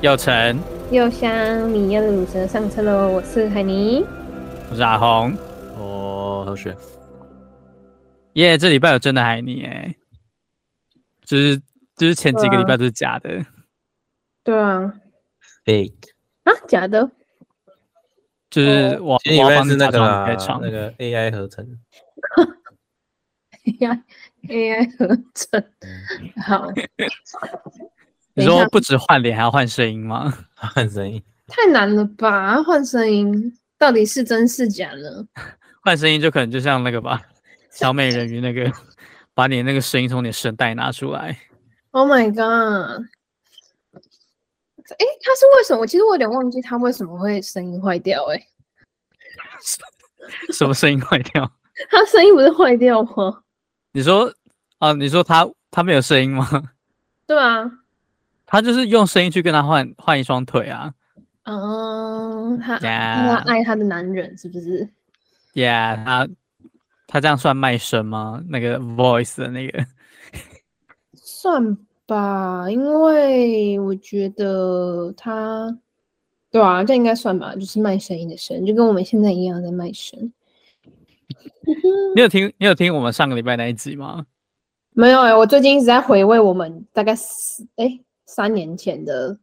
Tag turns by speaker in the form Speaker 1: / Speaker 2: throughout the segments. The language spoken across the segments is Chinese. Speaker 1: 又成，
Speaker 2: 又香米耶鲁蛇上车喽！我是海尼，
Speaker 1: 我是阿红。
Speaker 3: 哦，何雪，
Speaker 1: 耶、这礼拜有真的海你哎、就是就是前几个礼拜都是假的。
Speaker 2: 对啊，
Speaker 1: 哎
Speaker 3: 对，
Speaker 2: 啊，假的，
Speaker 1: 就是我
Speaker 3: 前礼
Speaker 1: 我要
Speaker 3: 拜
Speaker 1: 帮
Speaker 3: 是
Speaker 1: 你
Speaker 3: 那
Speaker 1: 假
Speaker 3: 个
Speaker 1: 装
Speaker 3: 啦
Speaker 1: 开场，
Speaker 3: 那个 AI 合成，
Speaker 2: 呀，AI 合成，好，
Speaker 1: 你说不止换脸还要换声音吗？
Speaker 3: 换声音，
Speaker 2: 太难了吧？换声音到底是真是假呢？
Speaker 1: 换声音就可能就像那个吧，小美人鱼那个，把你那个声音从你的声带拿出来。
Speaker 2: Oh my god！哎，他是为什么？其实我有点忘记他为什么会声音坏掉、欸。哎，
Speaker 1: 什么声音坏掉？
Speaker 2: 他声音不是坏掉吗？
Speaker 1: 你说啊？你说他他没有声音吗？
Speaker 2: 对啊，
Speaker 1: 他就是用声音去跟他换换一双腿啊
Speaker 2: 嗯，他他
Speaker 1: 呀
Speaker 2: 爱他的男人是不是？
Speaker 1: 呀，yeah, 他他这样算卖身吗？那个 voice 的那个，
Speaker 2: 算吧，因为我觉得他，对啊，这应该算吧，就是卖声音的声，就跟我们现在一样在卖声。
Speaker 1: 你有听你有听我们上个礼拜那一集吗？
Speaker 2: 没有哎、我最近一直在回味我们大概四哎三年前的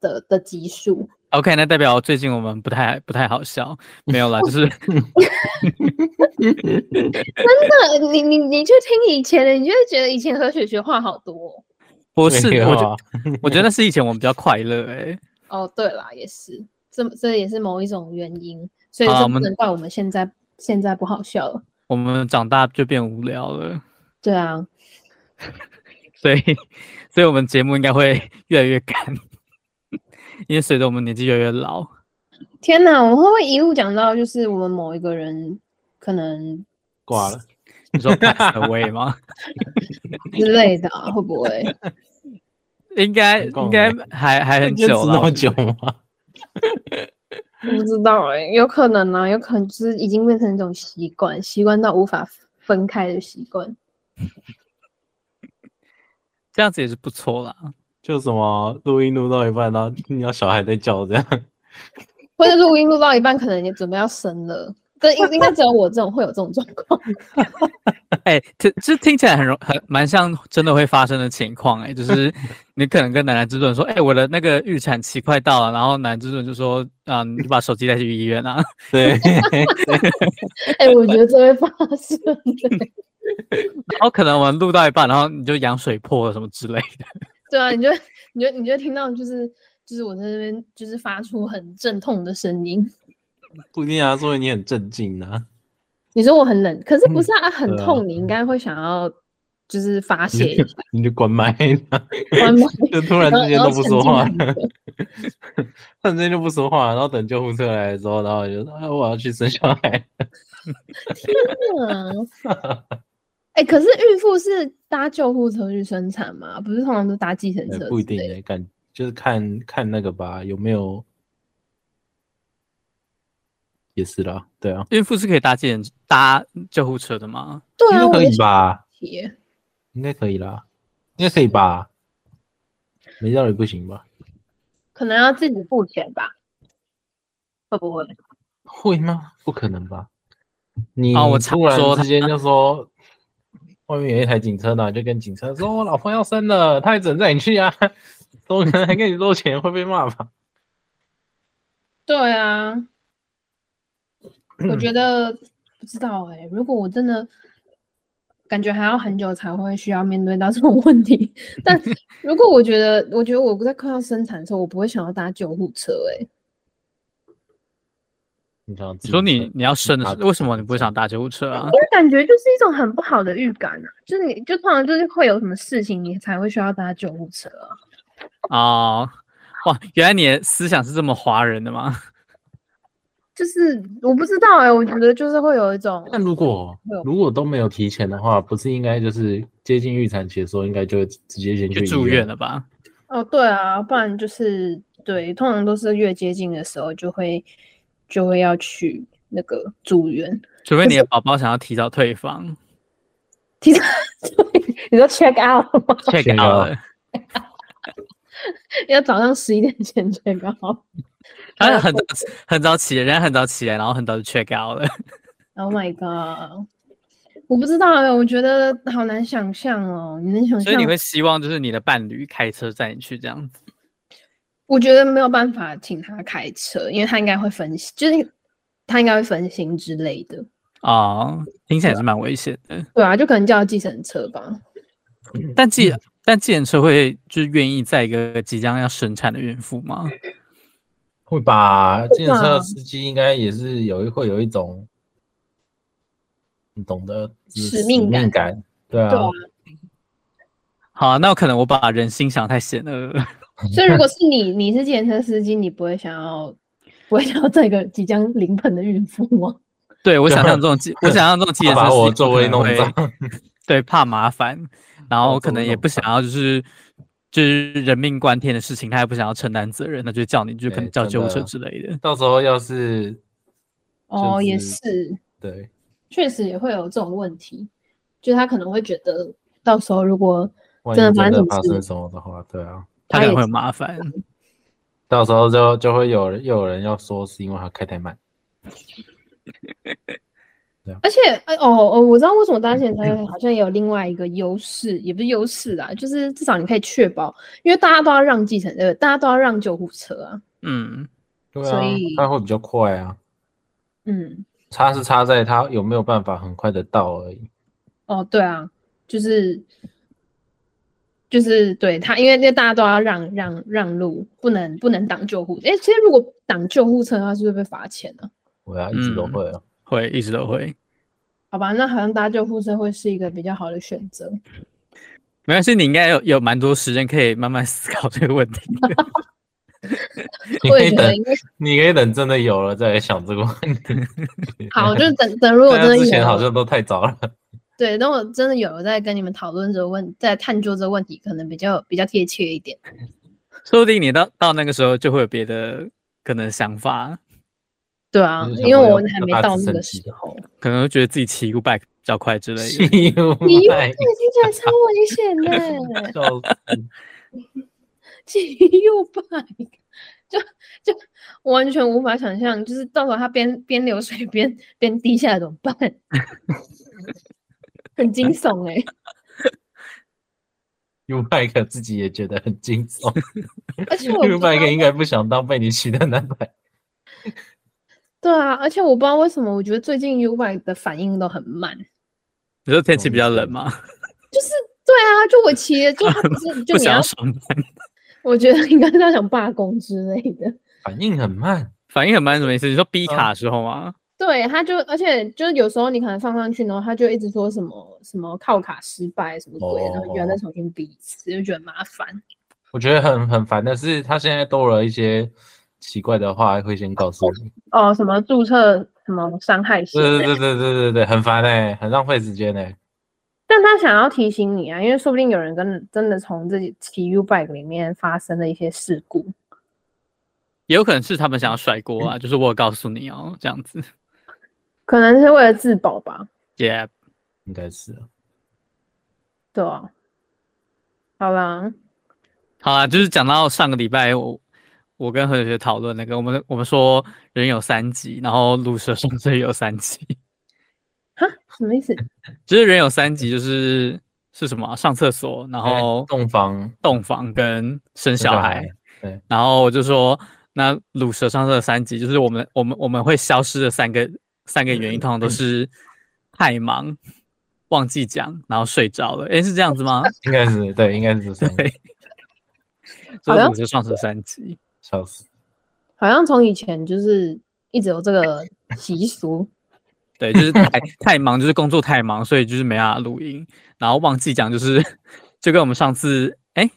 Speaker 2: 的的集数，
Speaker 1: OK，那代表最近我们不太不太好笑，没有啦，就是
Speaker 2: 真的，你你你去听以前的，你就会觉得以前何雪雪话好多哦
Speaker 1: 不是，
Speaker 3: 没有
Speaker 1: 我觉
Speaker 3: 啊
Speaker 1: 我觉得那是以前我们比较快乐哎、
Speaker 2: 哦。哦对啦，也是，这这也是某一种原因，所以
Speaker 1: 好啦
Speaker 2: 这
Speaker 1: 我
Speaker 2: 不
Speaker 1: 们
Speaker 2: 能怪我们现在现在不好笑了。
Speaker 1: 我们长大就变无聊了，
Speaker 2: 对啊，
Speaker 1: 所以所以我们节目应该会越来越干，因为随着我们年纪越来越老，
Speaker 2: 天哪，我们会不会一路讲到就是我们某一个人可能
Speaker 3: 挂 了，
Speaker 1: 你说 pass away 吗？
Speaker 2: 之类的、啊，会不会？
Speaker 1: 应该
Speaker 3: 很够
Speaker 1: 应该
Speaker 3: 了
Speaker 1: 还还很
Speaker 3: 坚持
Speaker 1: 久
Speaker 3: 那
Speaker 1: 了，
Speaker 3: 么久吗？
Speaker 2: 不知道哎、有可能啊，有可能就是已经变成一种习惯，习惯到无法分开的习惯。
Speaker 1: 这样子也是不错啦。
Speaker 3: 就什么录音录到一半，然后你要小孩在叫 这样，
Speaker 2: 或者录音录到一半，可能也准备要生了，这应应该只有我这种会有这种状况。
Speaker 1: 哎、这这听起来很容很蛮像真的会发生的情况哎、就是 你可能跟奶奶制作人说，哎、我的那个预产期快到了，然后奶奶制作人就说，啊，你就把手机带去医院啊。
Speaker 3: 对，
Speaker 2: 哎、我觉得这会发生 欸、
Speaker 1: 然后可能我们录到一半，然后你就羊水破了什么之类的。
Speaker 2: 对啊，你就你就你就听到就是就是我在那边就是发出很阵痛的声音。
Speaker 3: 不一定啊，说明你很震惊啊，
Speaker 2: 你说我很冷，可是不
Speaker 3: 嗯
Speaker 2: 是啊，很
Speaker 3: 对啊
Speaker 2: 痛，你应该会想要就是 发泄一下，
Speaker 3: 你就关麦，
Speaker 2: 关麦
Speaker 3: 就突然之间
Speaker 2: 然
Speaker 3: 都
Speaker 2: 后
Speaker 3: 不
Speaker 2: 沉
Speaker 3: 说
Speaker 2: 浸
Speaker 3: 话
Speaker 2: 在，那个
Speaker 3: 突然之间就不说话，然后等救护车来的时候，然后你就说、啊、我要去生小孩，
Speaker 2: 嗯， 哎、可是孕妇是搭救护车去生产吗？不是通常都搭计程
Speaker 3: 哎
Speaker 2: 车？
Speaker 3: 不一定。欸，感就是看看那个吧，有没有，也是啦，对啊，
Speaker 1: 孕妇是可以搭计程搭救护车的吗？
Speaker 2: 对
Speaker 3: 应
Speaker 2: 啊，
Speaker 3: 该
Speaker 2: 我
Speaker 3: 可
Speaker 2: 也
Speaker 3: 以
Speaker 2: 想
Speaker 3: 吧，
Speaker 2: 提耶
Speaker 3: 应该可以啦，应该可以吧，没道理不行吧？
Speaker 2: 可能要自己付钱吧？会不会？
Speaker 3: 会吗？不可能吧？你
Speaker 1: 哦我查
Speaker 3: 突然
Speaker 1: 说
Speaker 3: 之间就说，外面有一台警车呢，就跟警车说，我老婆要生了，他也只能带你去啊， 怎么可能还跟你收钱？会被骂吧？
Speaker 2: 对啊，我 觉得不知道哎、如果我真的感觉还要很久才会需要面对到这种问题， 但如果我觉得，我觉得我在快要生产的时候，我不会想要搭救护车哎、
Speaker 3: 你想
Speaker 1: 你说
Speaker 3: 嗯
Speaker 1: 你你要生的
Speaker 3: 搭
Speaker 1: 时候，为什么你不会想搭救护车啊？
Speaker 2: 因为感觉就是一种很不好的预感啊，就是你就通常就是会有什么事情，你才会需要搭救护车啊。
Speaker 1: 哦，哇，原来你的思想是这么华人的吗？
Speaker 2: 就是我不知道哎、我觉得就是会有一种，
Speaker 3: 但如果
Speaker 2: 会有
Speaker 3: 如果都没有提前的话，不是应该就是接近预产期的时候，应该就会直接先
Speaker 1: 就
Speaker 3: 去
Speaker 1: 住
Speaker 3: 院
Speaker 1: 院了吧？
Speaker 2: 哦，对啊，不然就是对，通常都是越接近的时候就会就会要去那个住院。
Speaker 1: 除非你的宝宝想要提早 退房
Speaker 2: 提早，你说 check out 吗？
Speaker 1: ，check
Speaker 3: check
Speaker 1: out 了。
Speaker 2: 要早上十一点前 check out。
Speaker 1: 他很早起很早起，人家很早起来，然后很早就 check out 了。
Speaker 2: Oh my god！我不知道哎、我觉得好难想象哦。你能想象？
Speaker 1: 所以你会希望就是你的伴侣开车载你去这样子。
Speaker 2: 我觉得没有办法请他开车，因为他应该会分心，就是他应该会分心之类的。
Speaker 1: 哦，听起来也是蛮危险的。
Speaker 2: 对啊，就可能叫计程车吧。
Speaker 3: 嗯
Speaker 1: 但计
Speaker 2: 嗯
Speaker 1: 但计程车会就是愿意载一个即将要生产的孕妇吗？
Speaker 3: 会吧？
Speaker 2: 吧
Speaker 3: 自行车司机应该也是有一会有一种，你懂得
Speaker 2: 使命感
Speaker 3: 感，感对啊，
Speaker 2: 对啊
Speaker 1: 好啊、那我可能我把人心想太险恶了。
Speaker 2: 所以如果是你，你是计程车司机，你不会想要，不会想要这个即将临盆的孕妇 吗？
Speaker 1: 对我
Speaker 3: 就
Speaker 1: 想象中的计，我想象中的计
Speaker 3: 怕
Speaker 1: 程 车
Speaker 3: 把我
Speaker 1: 司机
Speaker 3: 座
Speaker 1: 可
Speaker 3: 位
Speaker 1: 能
Speaker 3: 弄
Speaker 1: 会
Speaker 3: 脏，
Speaker 1: 对，怕 麻烦，然后
Speaker 3: 我
Speaker 1: 可
Speaker 3: 懂
Speaker 1: 能也
Speaker 3: 懂
Speaker 1: 不想要就是就是人命关天的事情，他也不想要承担责任，那就叫你就可
Speaker 3: 对
Speaker 1: 能叫
Speaker 3: 真
Speaker 1: 救护车
Speaker 3: 的
Speaker 1: 之类的。
Speaker 3: 到时候要是
Speaker 2: 哦，也
Speaker 3: 是
Speaker 2: 是，
Speaker 3: 对，
Speaker 2: 确实也会有这种问题，就他可能会觉得到时候如果
Speaker 3: 万
Speaker 2: 真的
Speaker 3: 一
Speaker 2: 发
Speaker 3: 真的
Speaker 2: 生什么
Speaker 3: 发
Speaker 2: 事
Speaker 3: 生什么的话，对啊，
Speaker 1: 他
Speaker 2: 他
Speaker 1: 可能
Speaker 2: 也
Speaker 1: 会有
Speaker 2: 是
Speaker 1: 麻烦，
Speaker 3: 到时候就就会有人又有人要说是因为他开太慢，
Speaker 2: 而且，哎哦哦，我知道为什么单线
Speaker 3: 嗯
Speaker 2: 车好像也有另外一个优势，也不是优势啦，就是至少你可以确保，因为大家都要让计程，呃，大家都要让救护车啊，
Speaker 1: 嗯，
Speaker 3: 对
Speaker 2: 所
Speaker 3: 啊
Speaker 2: 以，
Speaker 3: 他会比较快啊，
Speaker 2: 嗯，
Speaker 3: 差是差在他有没有办法很快的到而已，
Speaker 2: 哦，对啊，就是就是对他，因为因为大家都要让让让路，不能不能挡救护，哎，其实如果挡救护车的话，是不是被罚钱啊呢、
Speaker 3: 我要一直都
Speaker 1: 嗯
Speaker 3: 会啊，
Speaker 1: 会一直都会。
Speaker 2: 好吧，那好像搭救护车会是一个比较好的选择。
Speaker 1: 没关系，你应该有有蛮多时间可以慢慢思考这个问题 的。
Speaker 3: 你
Speaker 2: 我
Speaker 3: 可
Speaker 2: 也
Speaker 3: 以
Speaker 2: 觉
Speaker 3: 等
Speaker 2: 得，应该
Speaker 3: 你可以等真的有了再来想这个问题。
Speaker 2: 好，就是等等，如果
Speaker 3: 大家
Speaker 2: 真的有
Speaker 3: 之前好像都太早了，
Speaker 2: 对，等我真的有在跟你们讨论这个问，在探究这个问题，可能比较比较贴切一点。
Speaker 1: 说不定你到到那个时候就会有别的可能想法，
Speaker 2: 对啊
Speaker 3: 就是，想
Speaker 2: 因为
Speaker 3: 说
Speaker 2: 我
Speaker 3: 要
Speaker 2: 还
Speaker 3: 要
Speaker 2: 没
Speaker 3: 大
Speaker 2: 到
Speaker 3: 致
Speaker 2: 那个
Speaker 3: 升级
Speaker 2: 时候。
Speaker 1: 可能会觉得自己骑 U bike 比较快之类的。
Speaker 3: 你，
Speaker 2: 你又 对，听起来超危险的
Speaker 3: 笑死！
Speaker 2: 骑 U bike，就就我完全无法想象，就是到时候他边边流水边边滴下来怎么办？ 很惊悚哎、
Speaker 3: U Bike 自己也觉得很惊 悚
Speaker 2: 而且我不
Speaker 3: ，U
Speaker 2: 知道啊
Speaker 3: Bike 应该不想当被你骑的男孩。
Speaker 2: 对啊，而且我不知道为什么，我觉得最近 U bike 的反应都很慢。
Speaker 1: 你说天气比较
Speaker 3: 懂
Speaker 2: 嗯
Speaker 1: 冷吗？
Speaker 2: 对啊，就我骑的，就他不是就
Speaker 1: 不
Speaker 2: 你
Speaker 1: 想
Speaker 2: 要
Speaker 1: 要上班，
Speaker 2: 我觉得应该是他想罢工之类的。
Speaker 3: 反应很慢，
Speaker 1: 反应很慢是什么意思？你说 B
Speaker 3: 嗯
Speaker 1: 卡的时候吗？
Speaker 2: 对，他就而且就是有时候你可能放上去，然后他就一直说什么什么靠卡失败什么鬼的，然后你就要再
Speaker 3: 哦
Speaker 2: 重新比一次，就觉得麻烦。
Speaker 3: 我觉得很很烦的是，他现在多了一些奇怪的话，会先告诉你。
Speaker 2: 哦，啊什么注册什么伤害险
Speaker 3: 对，对对对对对对，很烦哎、很浪费时间哎、
Speaker 2: 但他想要提醒你啊，因为说不定有人跟真的从自己骑 U bike 里面发生的一些事故。
Speaker 1: 也有可能是他们想要甩锅
Speaker 2: 嗯
Speaker 1: 啊，就是我有告诉你哦，这样子。
Speaker 2: 可能是为了自保吧，
Speaker 1: 也
Speaker 3: 应该是啊
Speaker 2: 对啊。好啦，
Speaker 1: 好啦，就是讲到上个礼拜我我跟何同学讨论那个，我们我们说人有三级，然后乳蛇上身有三级，
Speaker 2: 什么意思？
Speaker 1: 就是人有三级就是是什么啊、上厕所，然后
Speaker 3: 洞房
Speaker 1: 洞房跟
Speaker 3: 生
Speaker 1: 生小孩，然后我就说那乳蛇上身的三级就是我们我们我们会消失的三个三个原因，通常都是太忙、忘记讲，然后睡着了。诶，是这样子吗？
Speaker 3: 应该是对，应该是这三个
Speaker 1: 对，所
Speaker 2: 好
Speaker 1: 以
Speaker 2: 像
Speaker 1: 我就上升三级。
Speaker 3: 笑死。
Speaker 2: 好像从以前就是一直有这个习俗。
Speaker 1: 对，就是太太忙，就是工作太忙，所以就是没办法录音。然后忘记讲，就是就跟我们上次哎、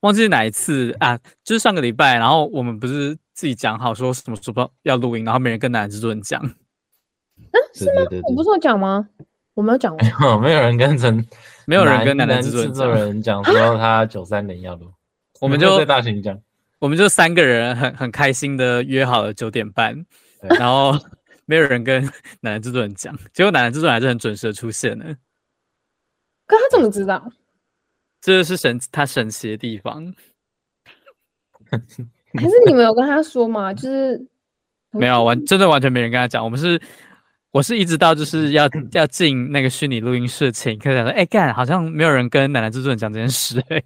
Speaker 1: 忘记是哪一次啊，就是上个礼拜，然后我们不是自己讲好说什么时候要录音，然后没人跟男制作人讲，
Speaker 3: 对对对
Speaker 2: 我不
Speaker 3: 对，
Speaker 2: 是有讲吗？我没有讲过。
Speaker 1: 哎
Speaker 3: 没有人跟陈，
Speaker 1: 没有人跟
Speaker 3: 男
Speaker 1: 男
Speaker 3: 男
Speaker 1: 制
Speaker 3: 制
Speaker 1: 作人
Speaker 3: 作
Speaker 1: 讲，
Speaker 3: 人讲说 他九三年要录，
Speaker 1: 我们
Speaker 3: 你有没有
Speaker 1: 就
Speaker 3: 在大群讲，
Speaker 1: 我们就三个人很很开心的约好了九点半，
Speaker 3: 对
Speaker 1: 然后没有人跟男男制作人讲，结果男男制作人还是很准时的出现了，
Speaker 2: 可他怎么知道？
Speaker 1: 这就是神他神奇的地方。
Speaker 2: 还是你们有跟他说嘛？就是
Speaker 1: 没有完，真的完全没人跟他讲。我们是，我是一直到就是 要要进那个虚拟录音室请客，想说，哎、干，好像没有人跟奶奶制作人讲这件事、 欸。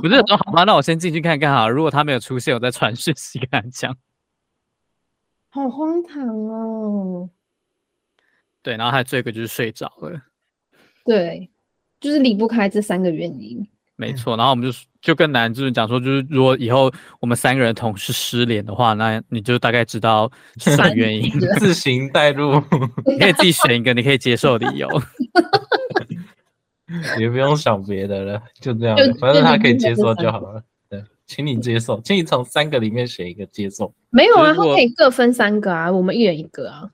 Speaker 1: 我就说，好吧，那我先进去看看好了，如果他没有出现，我再传讯息跟他讲。
Speaker 2: 好荒唐哦。
Speaker 1: 对，然后他最后一个就是睡着了，
Speaker 2: 对，就是离不开这三个原因。
Speaker 1: 没
Speaker 2: 嗯
Speaker 1: 错。然后我们就就跟男主人讲说，就是如果以后我们三个人同时失联的话，那你就大概知道是什么原因，
Speaker 3: 自行带入，
Speaker 1: 你可以自己选一个你可以接受的理由。
Speaker 3: 也不用想别的了，就这样
Speaker 2: 就，
Speaker 3: 反正他可以
Speaker 2: 就
Speaker 3: 接
Speaker 2: 是
Speaker 3: 受就好了。对，请你接受，请你从三个里面选一个接受。
Speaker 2: 没有啊，
Speaker 1: 如
Speaker 2: 他
Speaker 1: 果
Speaker 2: 可以各分三个啊，我们一人一个啊。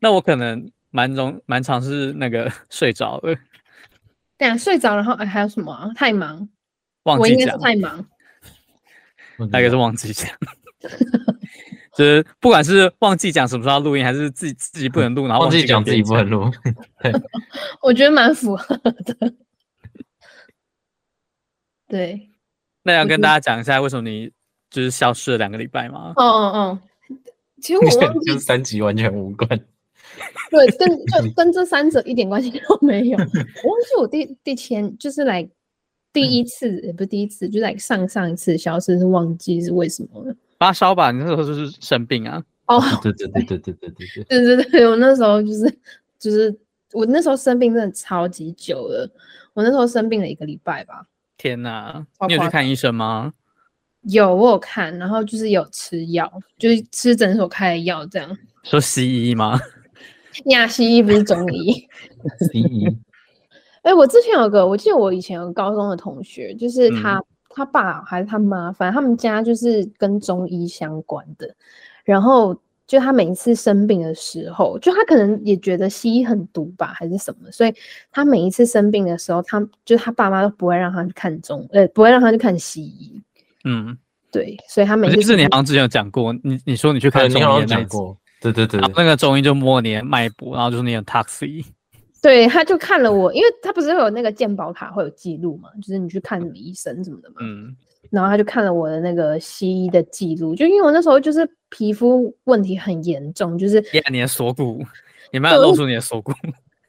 Speaker 1: 那我可能蛮容蛮常是那个睡着了，
Speaker 2: 对啊，睡着，然后哎还有什么啊？太忙，
Speaker 1: 忘
Speaker 2: 我
Speaker 1: 记
Speaker 2: 应该
Speaker 1: 讲
Speaker 2: 是，太忙。
Speaker 3: 我觉
Speaker 1: 大概是
Speaker 3: 得
Speaker 1: 忘记讲。就是不管是忘记讲什么时候要录音，还是自己自己不能录，然后
Speaker 3: 忘记
Speaker 1: 记
Speaker 3: 讲
Speaker 1: 给
Speaker 3: 自己
Speaker 1: 别
Speaker 3: 不
Speaker 1: 人
Speaker 3: 能录，
Speaker 2: 我觉得蛮符合的。 对，
Speaker 1: 那要
Speaker 2: 我
Speaker 1: 跟
Speaker 3: 嗯
Speaker 2: 觉
Speaker 1: 大家讲一下，为什么你就是消失了两个礼拜吗？
Speaker 2: 哦哦哦，其实我 忘 记
Speaker 3: 跟三级完全无关。
Speaker 2: 对，跟就跟这三者一点关系都没有。我忘 记我第第前就是来第一次，也不是第一次，就来上上一次消失是忘记是为什么了。
Speaker 1: 发烧吧，你那时候就是生病啊，
Speaker 2: 哦，
Speaker 3: 对对对对对对对对，
Speaker 2: 对对对，我那时候就是就是我那时候生病真的超级久了，我那时候生病了一个礼拜吧，
Speaker 1: 天哪
Speaker 2: 超！
Speaker 1: 你有去
Speaker 2: 夸
Speaker 1: 看医生吗？
Speaker 2: 有我有看，然后就是有吃药，就是吃诊所开的药这样。
Speaker 1: 说西医吗？
Speaker 2: 亚西医不是中医。
Speaker 3: 第一，
Speaker 2: 哎、我之前有个，我记得我以前有个高中的同学，就是
Speaker 1: 嗯
Speaker 2: 他、他爸还是他妈，反正他们家就是跟中医相关的。然后就他每一次生病的时候，就他可能也觉得西医很毒吧，还是什么，所以他每一次生病的时候，他就是他爸妈都不会让他去看中，呃，不会让他去看西医。
Speaker 1: 嗯，
Speaker 2: 对，所以他每
Speaker 1: 我
Speaker 2: 次
Speaker 1: 记得
Speaker 2: 生
Speaker 1: 你
Speaker 2: 病
Speaker 1: 好像之前有讲过，你你说你去
Speaker 3: 呃
Speaker 1: 看
Speaker 3: 你
Speaker 1: 中啊医
Speaker 3: 好
Speaker 1: 的
Speaker 3: 像
Speaker 1: 那一
Speaker 3: 讲
Speaker 1: 次，
Speaker 3: 过，对对对
Speaker 1: 然后
Speaker 3: 对，
Speaker 1: 那个中医就摸你的脉搏，然后就说你有 toxic，
Speaker 2: 对，他就看了我，因为他不是会有那个健保卡会有记录嘛，就是你去看什么医生什么的嘛。
Speaker 1: 嗯，
Speaker 2: 然后他就看了我的那个西医的记录，就因为我那时候就是皮肤问题很严重，就是
Speaker 1: 压你的锁骨，你没有露出你的锁骨，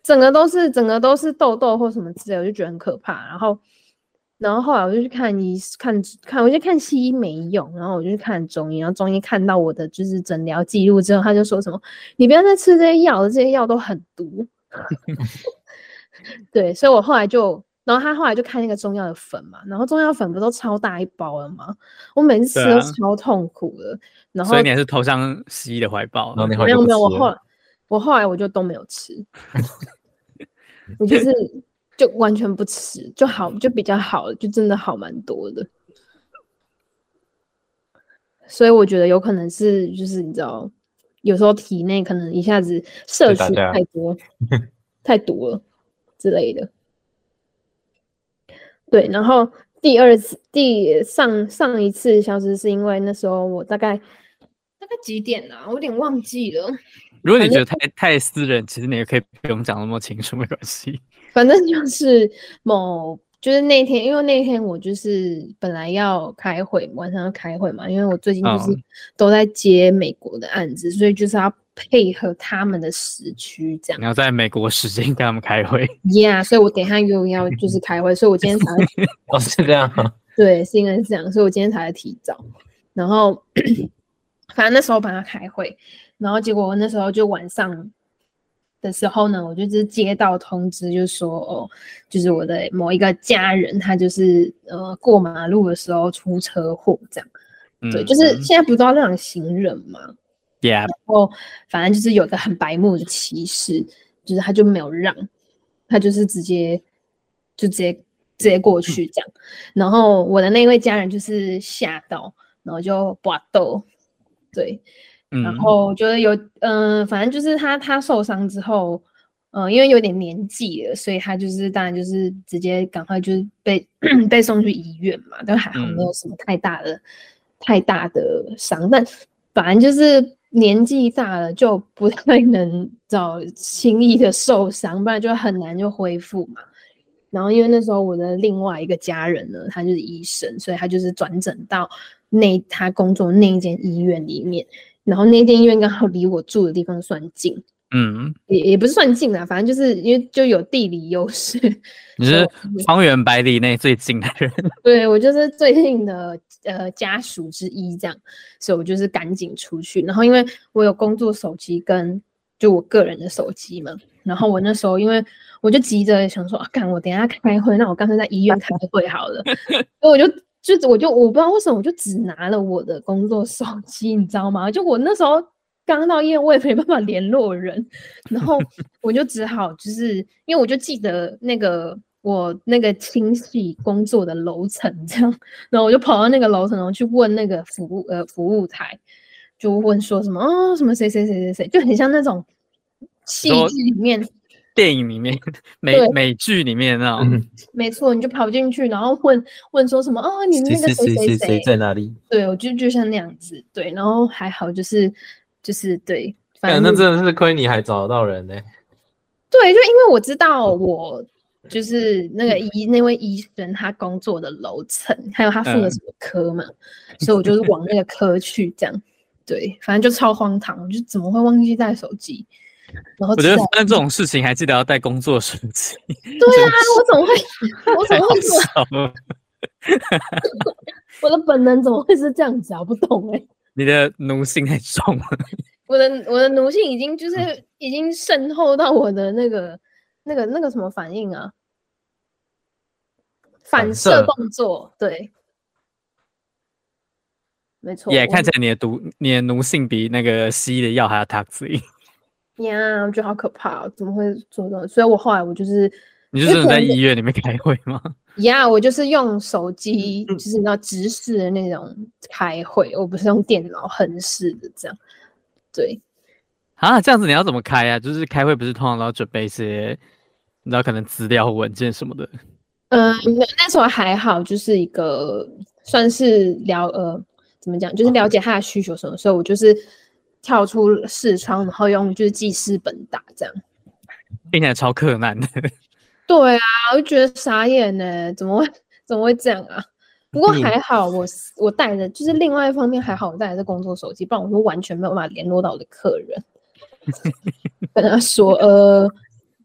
Speaker 2: 整个都是整个都是痘痘或什么之类，我就觉得很可怕。然后，然后后来我就去看医看看，我就看西医没用，然后我就去看中医，然后中医看到我的就是诊疗记录之后，他就说什么：“你不要再吃这些药了，这些药都很毒。”对，所以我后来就。然后他后来就开那个中药的粉嘛，然后中药粉不都超大一包了吗？我每次吃
Speaker 1: 对
Speaker 2: 都
Speaker 1: 啊
Speaker 2: 超痛苦的。然后
Speaker 1: 所以你还是投向西医的怀抱
Speaker 3: 然。后你好
Speaker 2: 没
Speaker 3: 像
Speaker 2: 有没有，我
Speaker 3: 不吃
Speaker 2: 后
Speaker 3: 了
Speaker 2: 来我后来我就都没有吃，我就是就完全不吃，就好就比较好，就真的好蛮多的。所以我觉得有可能是就是你知道，有时候体内可能一下子摄
Speaker 3: 对大
Speaker 2: 取
Speaker 3: 家
Speaker 2: 太多太毒了之类的。对，然后第二次第上上一次消失是因为那时候我大概大概几点啊？我有点忘记了。
Speaker 1: 如果你觉得太太私人，其实你也可以不用讲那么清楚，没关系。
Speaker 2: 反正就是某，就是那天，因为那天我就是本来要开会，晚上要开会嘛，因为我最近就是
Speaker 1: 嗯
Speaker 2: 都在接美国的案子，所以就是要配合他们的时区这样
Speaker 1: 你。要在美国时间跟他们开会，
Speaker 2: Yeah，所以我等一下又要就是开会，所以我今天才会
Speaker 3: 哦是这样啊，
Speaker 2: 对，是因为是这样，所以我今天才来提早。然后，反正那时候帮他开会，然后结果我那时候就晚上的时候呢，我就只是接到通知，就说哦，就是我的某一个家人，他就是呃过马路的时候出车祸这样。
Speaker 1: 嗯，
Speaker 2: 对，就是现在不都要让行人嘛，
Speaker 1: yeah，
Speaker 2: 然后反正就是有一个很白目的骑士，就是他就没有让，他就是直接就直接直接过去这样。然后我的那位家人就是吓到，然后就搏斗，对， 然
Speaker 1: 嗯，
Speaker 2: 后就是有，嗯、反正就是他他受伤之后，嗯、因为有点年纪了，所以他就是当然就是直接赶快就是被 被送去医院嘛，但还好没有什么太大的、太大的伤，但反正就是年纪大了就不太能找轻易的受伤，不然就很难就恢复嘛。然后因为那时候我的另外一个家人呢，他就是医生，所以他就是转诊到那他工作那一间医院里面，然后那间医院刚好离我住的地方算近，
Speaker 1: 嗯，
Speaker 2: 也也不是算近啦，反正就是因为就有地理优势。
Speaker 1: 你是方圆百里内最近的人，
Speaker 2: 对我就是最近的呃家属之一这样，所以我就是赶紧出去。然后因为我有工作手机跟就我个人的手机嘛，然后我那时候因为我就急着想说啊，干我等一下开会，那我干脆在医院开会好了，所以我就。就我就我不知道为什么我就只拿了我的工作手机，你知道吗？就我那时候刚到医院，我也没办法联络人，然后我就只好就是因为我就记得那个我那个亲戚工作的楼层这样，然后我就跑到那个楼层，然后去问那个服务呃服务台，就问说什么哦什么谁谁谁谁谁，就很像那种戏
Speaker 1: 说
Speaker 2: 剧里面
Speaker 1: 电影里面、美
Speaker 2: 对
Speaker 1: 美剧里面那种，
Speaker 3: 嗯
Speaker 2: 没错，你就跑进去，然后问问说什么哦 你们
Speaker 4: 谁
Speaker 2: 那个
Speaker 3: 嗯
Speaker 4: 谁
Speaker 2: 谁
Speaker 4: 谁
Speaker 2: 谁
Speaker 4: 谁谁在哪里？
Speaker 2: 对，我就就像那样子，对，然后还好就是就是对，反
Speaker 3: 哎
Speaker 2: 正
Speaker 3: 那
Speaker 2: 就是
Speaker 3: 真的是亏你还找得到人呢、
Speaker 2: 对，就因为我知道我就是那个医那位医生他工作的楼层，还有他负责
Speaker 1: 嗯
Speaker 2: 什么科嘛，所以我就是往那个科去这样，对，反正就超荒唐，我就怎么会忘记带手机？然后
Speaker 1: 我觉得
Speaker 2: 知道
Speaker 1: 发生这种事情还记得要带工作手机，
Speaker 2: 对啊，我怎 么会，我怎
Speaker 1: 太
Speaker 2: 么
Speaker 1: 好
Speaker 2: 会这么，
Speaker 1: 笑了。
Speaker 2: 我的本能怎么会是这样子啊？不懂哎、
Speaker 1: 你的奴性太重了，
Speaker 2: 我的我的奴性已经就是
Speaker 1: 嗯
Speaker 2: 已经渗透到我的那个那个那个什么反应啊，反
Speaker 3: 反
Speaker 2: 射
Speaker 3: 射
Speaker 2: 动作，对，没错。
Speaker 1: 也
Speaker 2: 我
Speaker 1: 看起来你的毒，你的奴性比那个西医的药还要 toxic。
Speaker 2: 呀，我觉得好可怕、哦，怎么会做到？所以我后来我就是
Speaker 1: 你就
Speaker 2: 因为
Speaker 1: 真的
Speaker 2: 可
Speaker 1: 在
Speaker 2: 能
Speaker 1: 医院里面开会吗？
Speaker 2: 呀我就是用手机，
Speaker 1: 嗯
Speaker 2: 就是你知道直视的那种开会，我不是用电脑横式的这样，对。
Speaker 1: 啊，这样子你要怎么开啊？就是开会不是通常都要准备一些，你知道可能资料、文件什么的。
Speaker 2: 嗯，那那时候还好，就是一个算是了呃，怎么讲，就是了解他的需求什么，所以我就是跳出视窗，然后用就是记事本打这样。
Speaker 1: 听起来超困难的。
Speaker 2: 对啊，我就觉得傻眼呢，怎么会怎么会这样啊？不过
Speaker 3: 嗯
Speaker 4: 你
Speaker 2: 还好我是，我带的就是另外一方面还好，我带的是工作手机，不然我就完全没有办法联络到我的客 人，跟他说呃，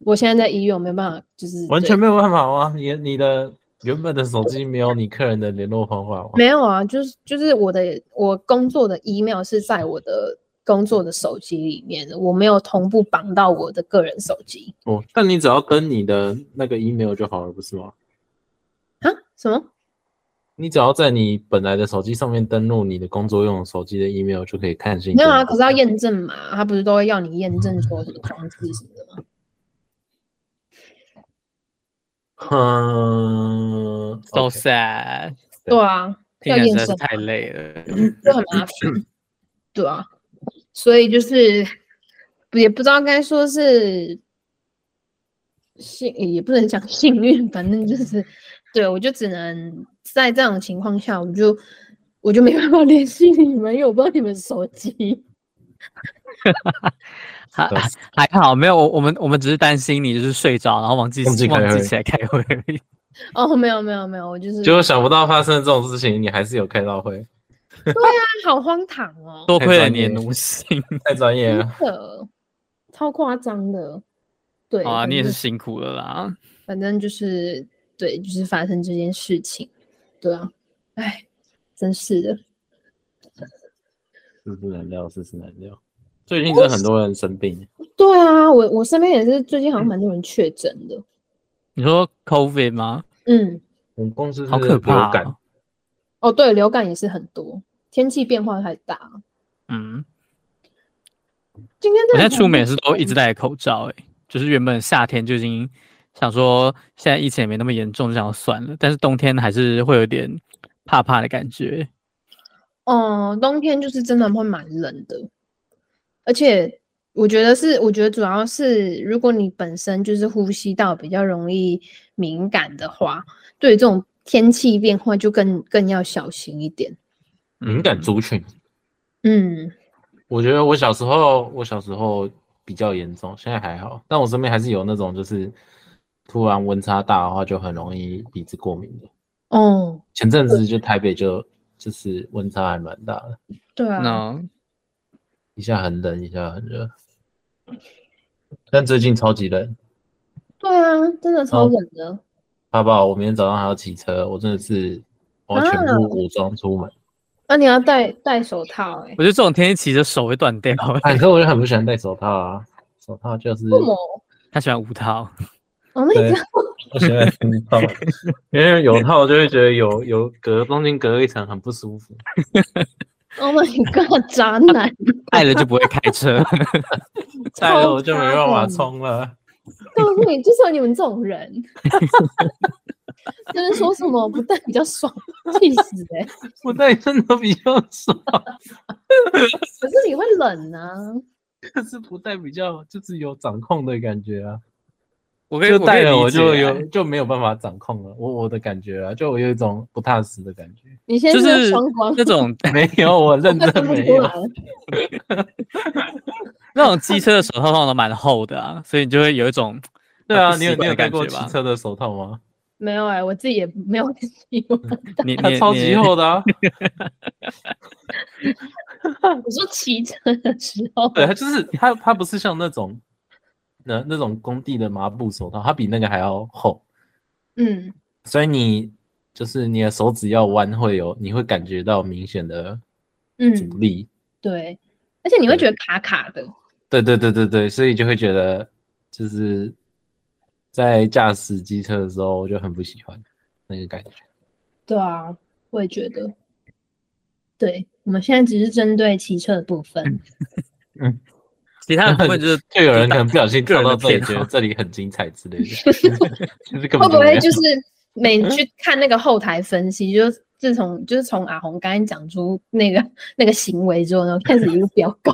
Speaker 2: 我现在在医院，我没办法，就是
Speaker 3: 完
Speaker 2: 对
Speaker 3: 全没有办法吗？你你的原本的手机没有你客人的联络方法吗？
Speaker 2: 没有啊，就是就是我的我工作的 email 是在我的工作的手机里面的，我没有同步绑到我的个人手机
Speaker 3: 哦，但你只要登你的那个 email 就好了，不是吗？
Speaker 2: 啊？什么？
Speaker 3: 你只要在你本来的手机上面登录你的工作用手机的 email 就可以看信息。
Speaker 2: 没有啊，可是要验证嘛，他不是都会要你验证说什么装置什么的吗？
Speaker 3: 嗯
Speaker 1: So
Speaker 3: ，OK
Speaker 1: sad，
Speaker 3: 对
Speaker 2: 对啊，
Speaker 1: 听
Speaker 2: 要
Speaker 1: 起来
Speaker 2: 验
Speaker 1: 实在
Speaker 2: 证
Speaker 1: 是
Speaker 2: 嘛
Speaker 1: 太累 了。
Speaker 2: 就很
Speaker 1: 哎
Speaker 2: 麻烦， 对啊，所以就是也不知道该说是幸，也不能讲幸运，反正就是对我就只能在这种情况下，我就我就没办法联系你们，因为我不知道你们手机。
Speaker 1: 还
Speaker 3: 对
Speaker 1: 还好，没有我我们我们只是担心你就是睡着，然后忘记
Speaker 3: 忘记开
Speaker 1: 忘记
Speaker 3: 会
Speaker 1: 起来开会 而已。
Speaker 2: 哦，没有没有没有，我就是
Speaker 3: 结果想不到发生这种事情，你还是有开到会，
Speaker 2: 好荒唐哦，
Speaker 1: 多
Speaker 3: 太
Speaker 1: 亏了
Speaker 3: 专
Speaker 1: 你的
Speaker 3: 业了
Speaker 1: 奴性
Speaker 3: 太专业
Speaker 2: 真
Speaker 1: 啊
Speaker 3: 了。
Speaker 2: 的超夸张的。对
Speaker 1: 好啊，
Speaker 2: 反
Speaker 1: 你也是
Speaker 2: 正
Speaker 1: 辛苦了啦。
Speaker 2: 反正就是对，就是发生这件事情，对啊，哎，真是的，
Speaker 3: 世事难料，世事难料。最近真的很多人生病，
Speaker 2: 对啊，我我身边也是最近好像蛮多人确诊的，
Speaker 1: 你说 COVID 吗？
Speaker 2: 嗯，
Speaker 3: 我们公司是
Speaker 1: 好可怕、
Speaker 3: 流感
Speaker 1: 啊。
Speaker 2: 哦对，流感也是很多，天气变化太大，
Speaker 1: 嗯，
Speaker 2: 今天
Speaker 1: 我现
Speaker 2: 真
Speaker 1: 在
Speaker 2: 的
Speaker 1: 出
Speaker 2: 很
Speaker 1: 门也
Speaker 2: 多
Speaker 1: 是都一直
Speaker 2: 人
Speaker 1: 戴口罩、欸，就是原本夏天就已经想说现在疫情也没那么严重，就想要算了，但是冬天还是会有点怕怕的感觉。
Speaker 2: 哦、冬天就是真的会蛮冷的，而且我觉得是，我觉得主要是如果你本身就是呼吸道比较容易敏感的话，对于这种天气变化就更更要小心一点。
Speaker 3: 敏感
Speaker 1: 嗯
Speaker 3: 族群。
Speaker 2: 嗯，
Speaker 3: 我觉得我小时候，我小时候比较严重，现在还好。但我身边还是有那种就是突然温差大的话，就很容易鼻子过敏的。
Speaker 2: 哦，
Speaker 3: 前阵子就台北就就是温差还蛮大的，
Speaker 2: 对啊，
Speaker 1: 那
Speaker 3: 一下很冷，一下很热。但最近超级冷，
Speaker 2: 对啊，真的超
Speaker 3: 哦
Speaker 2: 冷的。
Speaker 3: 爸爸，我明天早上还要骑车，我真的是我要全部武装出门。
Speaker 2: 那、啊你要戴戴手套哎、
Speaker 1: 我觉得这种天气骑着手会断掉。
Speaker 3: 哎，可我就很不喜欢戴手套啊，手套就是
Speaker 2: 为什么？
Speaker 1: 他喜欢无套，
Speaker 2: 哦，那
Speaker 3: 对
Speaker 2: 你知道
Speaker 3: 我喜欢戴手套， 因为有套就会觉得有有隔中间隔一层很不舒服。
Speaker 2: ？Oh my god，渣男！
Speaker 1: 爱了就不会开车。
Speaker 3: 戴了我就没办
Speaker 2: 超
Speaker 3: 法
Speaker 2: 差的
Speaker 3: 冲了。
Speaker 2: 告诉你，就是有你们这种人， 就是说什么不戴比较爽，气死哎、
Speaker 3: 我戴真的比较爽，
Speaker 2: 可是你会冷啊，
Speaker 3: 但是不戴比较就是有掌控的感觉啊。
Speaker 1: 我跟
Speaker 3: 就戴了
Speaker 1: 我
Speaker 3: 我
Speaker 1: 可以理
Speaker 3: 就
Speaker 1: 解啊
Speaker 3: 有就没有办法掌控了，我我的感觉啊，就我有一种不踏实的感觉。
Speaker 2: 你现在
Speaker 1: 就是
Speaker 2: 在双光，
Speaker 1: 那种
Speaker 3: 没有，我认
Speaker 2: 快分
Speaker 3: 真
Speaker 2: 不
Speaker 3: 没
Speaker 2: 出
Speaker 3: 有
Speaker 2: 来。了。
Speaker 1: 那种机车的手套通常都蛮厚的啊，所以你就会有 一种
Speaker 3: 对啊，
Speaker 1: 不
Speaker 3: 你有你
Speaker 1: 习惯
Speaker 3: 有
Speaker 1: 的
Speaker 3: 戴
Speaker 1: 感
Speaker 3: 过
Speaker 1: 觉
Speaker 3: 骑
Speaker 1: 吧？
Speaker 3: 车的手套吗？
Speaker 2: 没有哎、我自己也没有习惯。
Speaker 1: 你
Speaker 3: 它
Speaker 1: 你
Speaker 3: 超级，厚的 啊，
Speaker 2: 我说骑车的时候，
Speaker 3: 嗯对，它就是它它不是像那种那那种工地的麻布手套，它比那个还要厚，
Speaker 2: 嗯，
Speaker 3: 所以你就是你的手指要弯会有，你会感觉到明显的阻
Speaker 2: 嗯，
Speaker 3: 力。
Speaker 2: 对，而且你会
Speaker 3: 对
Speaker 2: 觉得卡卡的，
Speaker 3: 对对对对对，所以就会觉得就是在驾驶机车的时候，我就很不喜欢那个感觉。
Speaker 2: 对啊，我也觉得。对，我们现在只是针对骑车的部分，
Speaker 1: 嗯其他的部分就是
Speaker 3: 就有人可能不小心
Speaker 1: 个
Speaker 3: 跳
Speaker 1: 人
Speaker 3: 到
Speaker 1: 的
Speaker 3: 这里，
Speaker 1: 偏
Speaker 3: 觉得
Speaker 1: 好
Speaker 3: 这里很精彩之类的， 就是根
Speaker 2: 会
Speaker 3: 本
Speaker 2: 不
Speaker 3: 就没
Speaker 2: 会
Speaker 3: 有
Speaker 2: 就是每
Speaker 1: 嗯
Speaker 2: 去看那个后台分析，就是自从就是从阿红刚才讲出那个那个行为之后呢，开始一路飙高，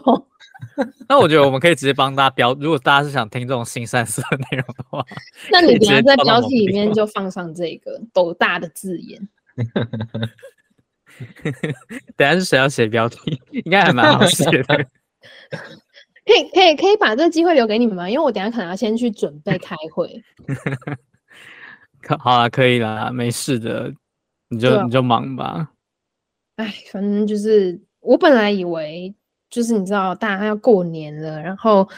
Speaker 1: 那我觉得我们可以直接帮大家标，如果大家是想听这种新三色的内容的话，
Speaker 2: 那
Speaker 1: 可以直
Speaker 2: 你等下
Speaker 1: 接
Speaker 2: 在
Speaker 1: 跳到
Speaker 2: 标
Speaker 1: 某
Speaker 2: 题
Speaker 1: 个
Speaker 2: 里
Speaker 1: 地
Speaker 2: 面
Speaker 1: 方
Speaker 2: 就放上这个斗大的字眼，
Speaker 1: 等一下是谁要写标题， 应该还蛮好写 的。
Speaker 2: 可以可以可以把这个机会留给你们吗？因为我等下可能要先去准备开会。
Speaker 1: 可好了，可以啦，没事的，你
Speaker 2: 对
Speaker 1: 就
Speaker 2: 啊
Speaker 1: 你就忙吧。
Speaker 2: 哎，反正就是我本来以为，就是你知道，大家要过年了，然后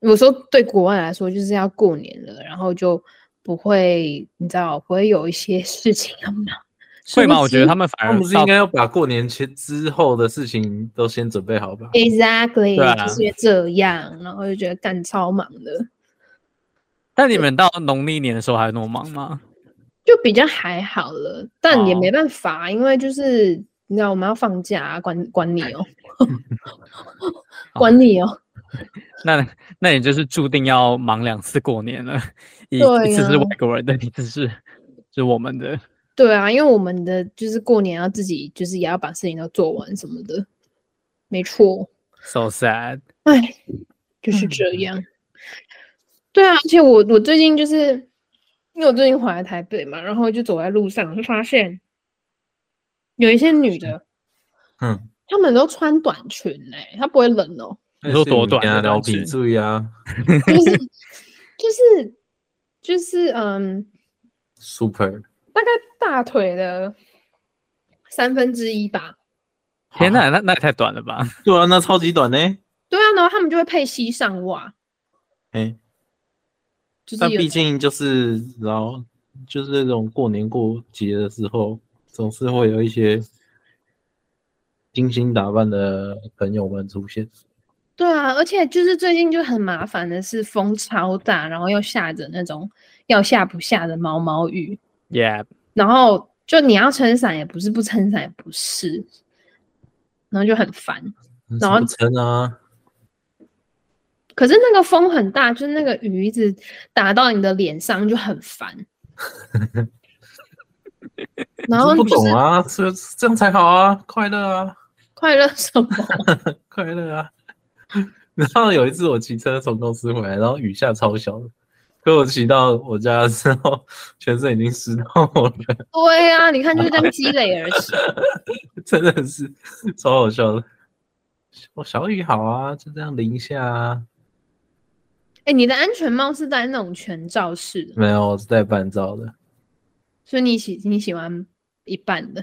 Speaker 2: 有时候对国外来说就是要过年了，然后就不会，你知道，不会有一些 事情要忙。殊
Speaker 1: 会
Speaker 2: 不
Speaker 1: 吗？我觉得
Speaker 2: 知
Speaker 1: 他们反
Speaker 3: 他
Speaker 1: 而
Speaker 3: 们是
Speaker 1: 到
Speaker 3: 应该要把过年前之后的事情都先准备 好吧？
Speaker 2: exactly
Speaker 1: 对啊
Speaker 2: 就是这样，然后就觉得干超忙的，
Speaker 1: 但你们到农历年的时候还那么忙吗？
Speaker 2: 就比较还好了，但也没
Speaker 1: 哦
Speaker 2: 办法，因为就是你知道我们要放假啊、管管你 哦，管你哦。
Speaker 1: 那那你就是注定要忙两次过年了，一
Speaker 2: 对
Speaker 1: 一次是
Speaker 2: 呀
Speaker 1: 外国人的，一次是是我们的。
Speaker 2: 对啊，因为我们的就是过年要自己，就是也要把事情都做完什么的，没错。
Speaker 1: So sad。
Speaker 2: 哎，就是这样。对啊，而且我我最近就是因为我最近回来台北嘛，然后就走在路上就发现有一些女的，
Speaker 3: 嗯，
Speaker 2: 她们都穿短裙哎、她不会冷哦，
Speaker 1: 你说多短
Speaker 3: 啊，
Speaker 1: 的
Speaker 3: 聊
Speaker 1: 短
Speaker 3: 比
Speaker 1: 裙
Speaker 3: 注意啊，
Speaker 2: 就是就是就是嗯，
Speaker 3: super。
Speaker 2: 大概大腿的三分之一吧。
Speaker 1: 天呐，那那也太短了吧！
Speaker 3: 对啊，那超级短呢。
Speaker 2: 对啊，然后她们就会配膝上袜，
Speaker 3: 哎，
Speaker 2: 就是
Speaker 3: 但
Speaker 2: 有
Speaker 3: 毕竟就是然后就是那种过年过节的时候，总是会有一些精心打扮的朋友们出现。
Speaker 2: 对啊，而且就是最近就很麻烦的是风超大，然后又下着那种要下不下的毛毛雨，
Speaker 1: Yeah，
Speaker 2: 然后就你要撑伞也不是，不撑伞也不是，然后就很烦。然后
Speaker 3: 嗯什么撑啊，
Speaker 2: 可是那个风很大，就是那个雨一直打到你的脸上就很 烦。然后
Speaker 3: 不
Speaker 2: 就
Speaker 3: 懂
Speaker 2: 是
Speaker 3: 啊，这这样才好啊，快乐啊，
Speaker 2: 快乐什么？
Speaker 3: 快乐啊。 然后有一次我骑车从公司回来，然后雨下超小的，可我骑到我家的时候，全身已经湿透了，
Speaker 2: 对啊，你看就是这样积 累而成。
Speaker 3: 真的是超好笑的。我小雨好啊，就这样淋一下啊。
Speaker 2: 哎，你的安全帽是戴那种全罩式的，
Speaker 3: 没有，我是戴半罩的。
Speaker 2: 所以你喜你喜欢一半的。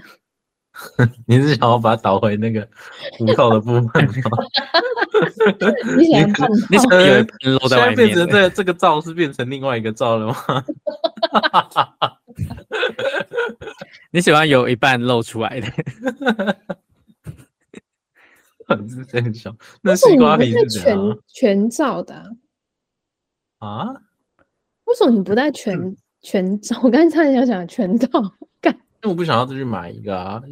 Speaker 3: 你是想要把它倒回那个无套的部 分吗？
Speaker 2: 你喜欢
Speaker 3: 你可
Speaker 2: 半
Speaker 1: 你
Speaker 2: 套
Speaker 1: 想有一盆露
Speaker 3: 现
Speaker 1: 在
Speaker 3: 在
Speaker 1: 外
Speaker 3: 变成
Speaker 1: 面，
Speaker 3: 这这个罩是变成另外一个罩了吗？
Speaker 1: 你喜欢有一半露出来的，
Speaker 3: 是真小。那
Speaker 2: 为什
Speaker 3: 西
Speaker 2: 么
Speaker 3: 瓜
Speaker 2: 你
Speaker 3: 皮
Speaker 2: 不戴
Speaker 3: 是怎
Speaker 2: 全
Speaker 3: 样
Speaker 2: 全罩的、啊？
Speaker 3: 啊？啊
Speaker 2: 为什么你不戴
Speaker 3: 嗯
Speaker 2: 全全罩？我刚才差点想讲全罩，干，
Speaker 3: 因为我不想要再去买一个啊，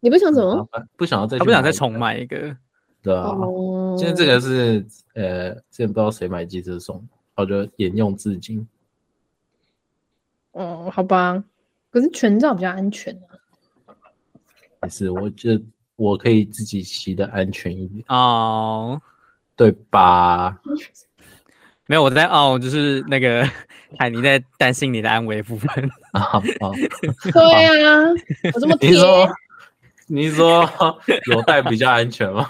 Speaker 2: 你不想
Speaker 3: 很
Speaker 2: 怎
Speaker 3: 麻
Speaker 2: 么？
Speaker 3: 烦，不想要再
Speaker 1: 他
Speaker 3: 去
Speaker 1: 不想
Speaker 3: 买
Speaker 1: 再
Speaker 3: 一
Speaker 1: 重
Speaker 3: 个
Speaker 1: 买一个。
Speaker 3: 对嗯啊。
Speaker 2: 哦，
Speaker 3: 现在这个是呃，之前不知道谁买机车送的，我就沿用至今。
Speaker 2: 哦，好吧，可是全罩比较安全 啊。
Speaker 3: 也是，我觉得我可以自己骑的安全一点，
Speaker 1: 哦，
Speaker 3: 对吧？
Speaker 1: 没有，我在哦，就是那 个海尼在担心你的安危部分。
Speaker 3: 啊啊！
Speaker 2: 对啊，我这么
Speaker 3: 你
Speaker 2: 贴
Speaker 3: 是，说你是说有带比较安全吗？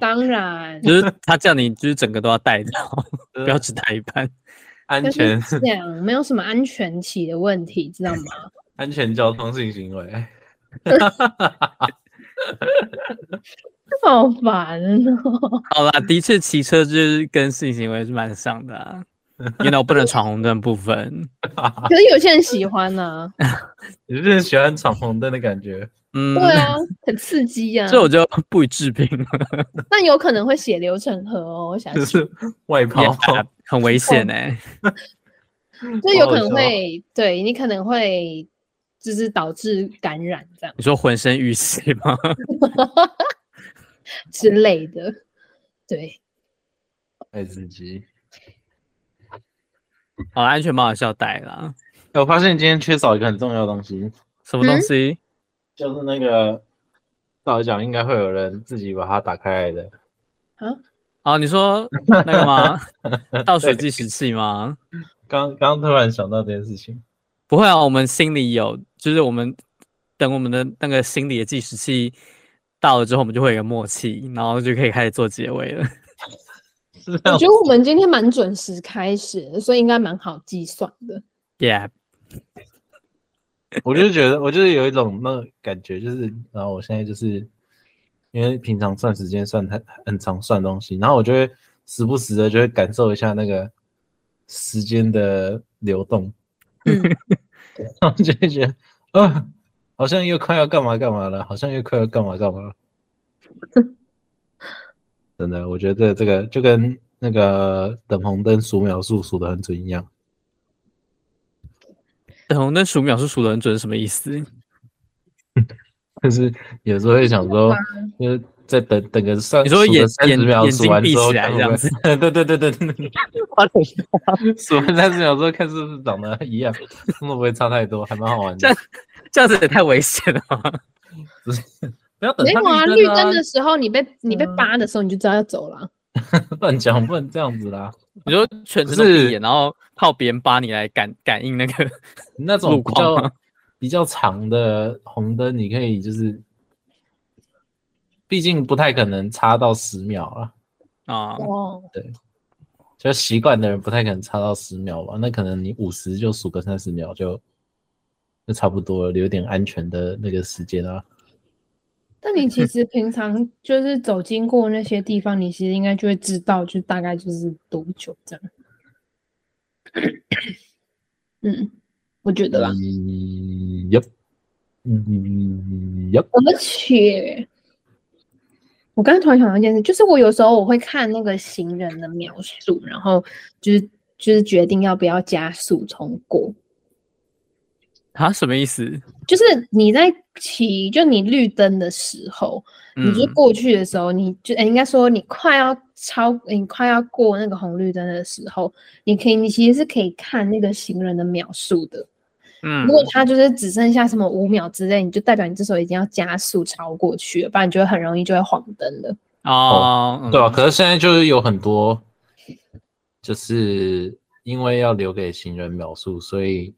Speaker 2: 当然
Speaker 1: 就是他叫你，就是整个都要 带到，不要
Speaker 3: 呃
Speaker 1: 只带一半。
Speaker 3: 安
Speaker 2: 跟
Speaker 3: 全
Speaker 2: 你讲，没有什么安全起的问题，知道吗？
Speaker 3: 安全交通性行为，
Speaker 2: 好烦哦！
Speaker 1: 好啦，的确，骑车就是跟性行为是蛮像的、 啊，因为我不能闯红灯部分。
Speaker 3: 啊
Speaker 2: 可是有些人喜欢啊呢、
Speaker 3: 你是不是喜欢闯红灯的感觉？
Speaker 1: 嗯，
Speaker 2: 对啊，很刺激呀、
Speaker 1: 这我就不予置评了，
Speaker 2: 但有可能会血流成河哦，我想
Speaker 3: 就，是外
Speaker 1: 也
Speaker 3: 抛，
Speaker 1: 很危险哎、
Speaker 2: 就有可
Speaker 3: 好好
Speaker 2: 能
Speaker 3: 笑
Speaker 2: 会，对你可能会就是导致感染这样
Speaker 1: 你说浑身浴血 吗？
Speaker 2: 之类的， 对。
Speaker 3: 爱自己。
Speaker 1: 好啦，安全帽还是要戴啦。
Speaker 3: 哎我发现你今天缺少一个很重要的东西，
Speaker 1: 什么东
Speaker 2: 嗯
Speaker 1: 西？
Speaker 3: 就是那个照理讲应该会有人自己把它打开来的。
Speaker 1: 哦，你说那个 吗？倒数计时器吗？
Speaker 3: 刚刚突然想到这件事情，
Speaker 1: 不会啊，我们心里有，就是我们等我们的那个心理的计时器到了之后，我们就会有一个默契，然后就可以开始做结尾了。
Speaker 3: 是这
Speaker 2: 我
Speaker 3: 样
Speaker 2: 觉得我们今天蛮准时开始的，所以应该蛮好计算的。
Speaker 1: yeah，
Speaker 3: 我就觉得，我就是有一种那个感觉，就是，然后我现在就是，因为平常算时间算很很常算东西，然后我就会时不时的就会感受一下那个时间的流动，
Speaker 2: 嗯，
Speaker 3: 然后就会觉得，啊，好像又快要干嘛干嘛了，好像又快要干嘛干嘛了。 真的，我觉得这个就跟那个等红灯数秒数数的很准一样，
Speaker 1: 等红灯数秒是数的很准，什么意思？
Speaker 3: 就是有时候会想说，
Speaker 2: 啊
Speaker 3: 就是在等等个三，
Speaker 1: 你说眼
Speaker 3: 三十
Speaker 1: 眼
Speaker 3: 秒
Speaker 1: 眼
Speaker 3: 数
Speaker 1: 睛
Speaker 3: 完
Speaker 1: 闭
Speaker 3: 之后
Speaker 1: 起来
Speaker 3: 看
Speaker 1: 这样
Speaker 3: 会不会 对对对对对对，数完三十秒之后看是不是长得一样， 真的不会差太多，还蛮好玩
Speaker 1: 这
Speaker 3: 的
Speaker 1: 样。这样子也太危险了吧？
Speaker 3: 不要等
Speaker 2: 没有
Speaker 3: 他
Speaker 2: 啊，
Speaker 3: 绿
Speaker 2: 绿
Speaker 3: 灯啊
Speaker 2: 灯的时候，你被你被
Speaker 3: 嗯
Speaker 2: 扒的时候，你就知道要走了。
Speaker 3: 乱讲，不能这样子啦。
Speaker 1: 你说全身都
Speaker 3: 是
Speaker 1: 闭眼，然后靠别人扒你来感感应那个
Speaker 3: 那
Speaker 1: 路
Speaker 3: 种比
Speaker 1: 况啊
Speaker 3: 较
Speaker 1: 吗
Speaker 3: 比较长的红灯，你可以就是，毕竟不太可能差到十秒了，
Speaker 1: 啊？
Speaker 2: 哦，
Speaker 3: 就习惯的人不太可能差到十秒吧。那可能你五十就数个三十秒就就差不多了，留点安全的那个时间啊。
Speaker 2: 但你其实平常就是走经过那些地方，你其实应该就会知道，就大概就是多久这样。 嗯，我觉得啦。
Speaker 3: 嗯，yup，嗯，yup，
Speaker 2: 而且，我刚才突然想到一件事，就是我有时候我会看那个行人的描述，然后就是就是决定要不要加速通过。
Speaker 1: 啊，什么意思？
Speaker 2: 就是你在骑，就你绿灯的时候，你就
Speaker 1: 嗯
Speaker 2: 过去的时候，你就、哎应该说你快要超，你快要过那个红绿灯的时候，你可以，你其实是可以看那个行人的描述的。
Speaker 1: 嗯
Speaker 2: 如，果他就是只剩下什么五秒之内，你就代表你这时候已经要加速超过去了，不然你就会很容易就会晃灯了。
Speaker 1: 哦，嗯
Speaker 3: 对吧、可是现在就是有很多，就是因为要留给行人描述，所以，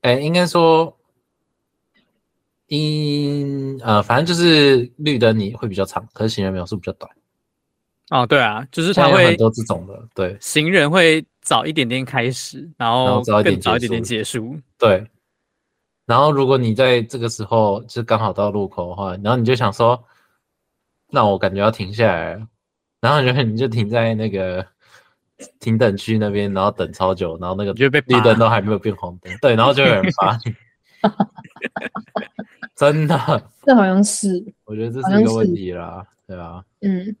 Speaker 3: 哎、应该说，因呃，反正就是绿灯你会比较长，可是行人描述比较短。
Speaker 1: 哦，对啊，就是
Speaker 3: 现在
Speaker 1: 他
Speaker 3: 有很
Speaker 1: 会
Speaker 3: 多这种的，对
Speaker 1: 行人会早一点点开始，然后
Speaker 3: 早一点
Speaker 1: 更早一
Speaker 3: 结
Speaker 1: 点点
Speaker 3: 束
Speaker 1: 结束。
Speaker 3: 对。然后如果你在这个时候就刚好到路口的话，然后你就想说，那我感觉要停下来了，然后你就你就停在那个停等区那边，然后等超久，然后那个
Speaker 1: 你就被
Speaker 3: 绿
Speaker 1: 拔
Speaker 3: 灯都还没有变红灯，对，然后就有人罚你， 真的。
Speaker 2: 这好像是，
Speaker 3: 我觉得这
Speaker 2: 好
Speaker 3: 是一
Speaker 2: 像
Speaker 3: 个问
Speaker 2: 是
Speaker 3: 题啦，对啊，
Speaker 2: 嗯。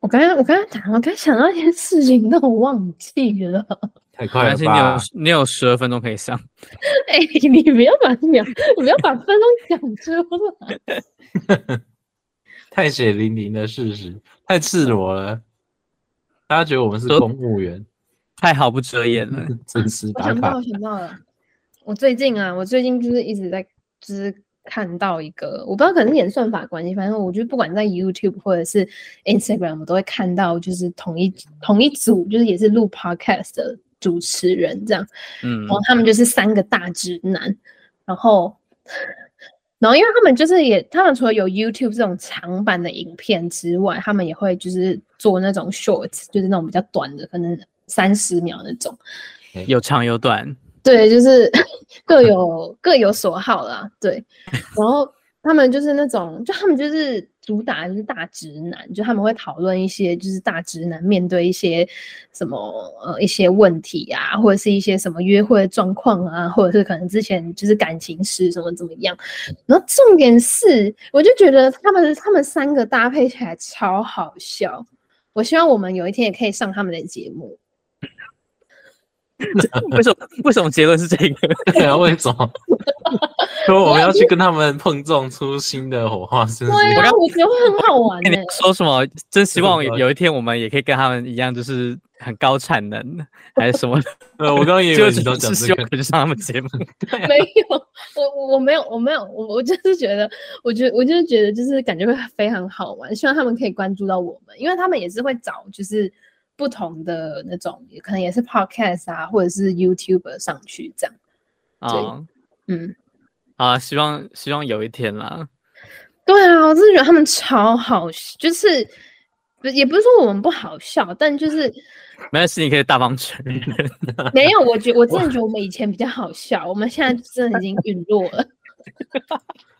Speaker 2: 我刚刚我刚刚讲，我刚想到一件事情，但我忘记了。
Speaker 3: 太快
Speaker 1: 但
Speaker 3: 了
Speaker 1: 是你有
Speaker 3: 吧？
Speaker 1: 你有十二分钟可以上，
Speaker 2: 哎、你不要把秒，你不要把分钟讲出来。
Speaker 3: 太血淋淋的事实，太赤裸了。大家觉得我们是
Speaker 1: 都
Speaker 3: 公务员，
Speaker 1: 太毫不遮掩 了。
Speaker 3: 准时
Speaker 2: 我
Speaker 3: 打
Speaker 2: 想到，
Speaker 3: 卡
Speaker 2: 我，想到了，我最近啊，我最近就是一直在，就是看到一个，我不知道可能是演算法关系，反正我就不管在 YouTube 或者是 Instagram，我都会看到，就是同一同一组，就是也是录 Podcast 的主持人这样，
Speaker 1: 嗯
Speaker 2: 然，后他们就是三个大直男，然后，然后因为他们就是也，他们除了有 YouTube 这种长版的影片之外，他们也会就是做那种 Shorts，就是那种比较短的，可能三十秒那种。
Speaker 1: 有长有短，
Speaker 2: 对，就是 各有各有所好啦。对，然后他们就是那种，就他们就是主打就是大直男，就他们会讨论一些就是大直男面对一些什么呃一些问题啊，或者是一些什么约会的状况啊，或者是可能之前就是感情史什么怎么样。然后重点是，我就觉得他们他们三个搭配起来超好笑。我希望我们有一天也可以上他们的节目。
Speaker 1: 为什么为什么结论是这个？
Speaker 3: 对啊，为什 么？说我们要去跟他们碰撞出新的火花，是不是？
Speaker 2: 啊对啊，我觉得会很好玩欸
Speaker 1: 你
Speaker 2: 的、
Speaker 1: 要说什么？真希望
Speaker 3: 什么
Speaker 1: 有一天我们也可以跟他们一样，就是很高产能还是 什么？
Speaker 3: 对我刚刚也以
Speaker 1: 就
Speaker 3: 为
Speaker 1: 只
Speaker 3: 你都讲
Speaker 1: 是希
Speaker 3: 这
Speaker 1: 望
Speaker 3: 个，
Speaker 1: 可以上他们节目。
Speaker 2: 没有，我我我没有，我没有，我我就是觉得，我觉得我就是觉得，就是感觉会非常好玩。希望他们可以关注到我们，因为他们也是会找就是不同的那种，也可能也是 podcast 啊，或者是 YouTube 上去这样。
Speaker 1: 啊、
Speaker 2: 嗯，
Speaker 1: 啊，希望希望有一天啦。
Speaker 2: 对啊，我真的觉得他们超好笑，就是不也不是说我们不好笑，但就是
Speaker 1: 没关系，你可以大方承
Speaker 3: 嗯
Speaker 1: 认。
Speaker 2: 没有，我觉我真的觉得我们以前比较好笑，我们现在真的已经陨落了。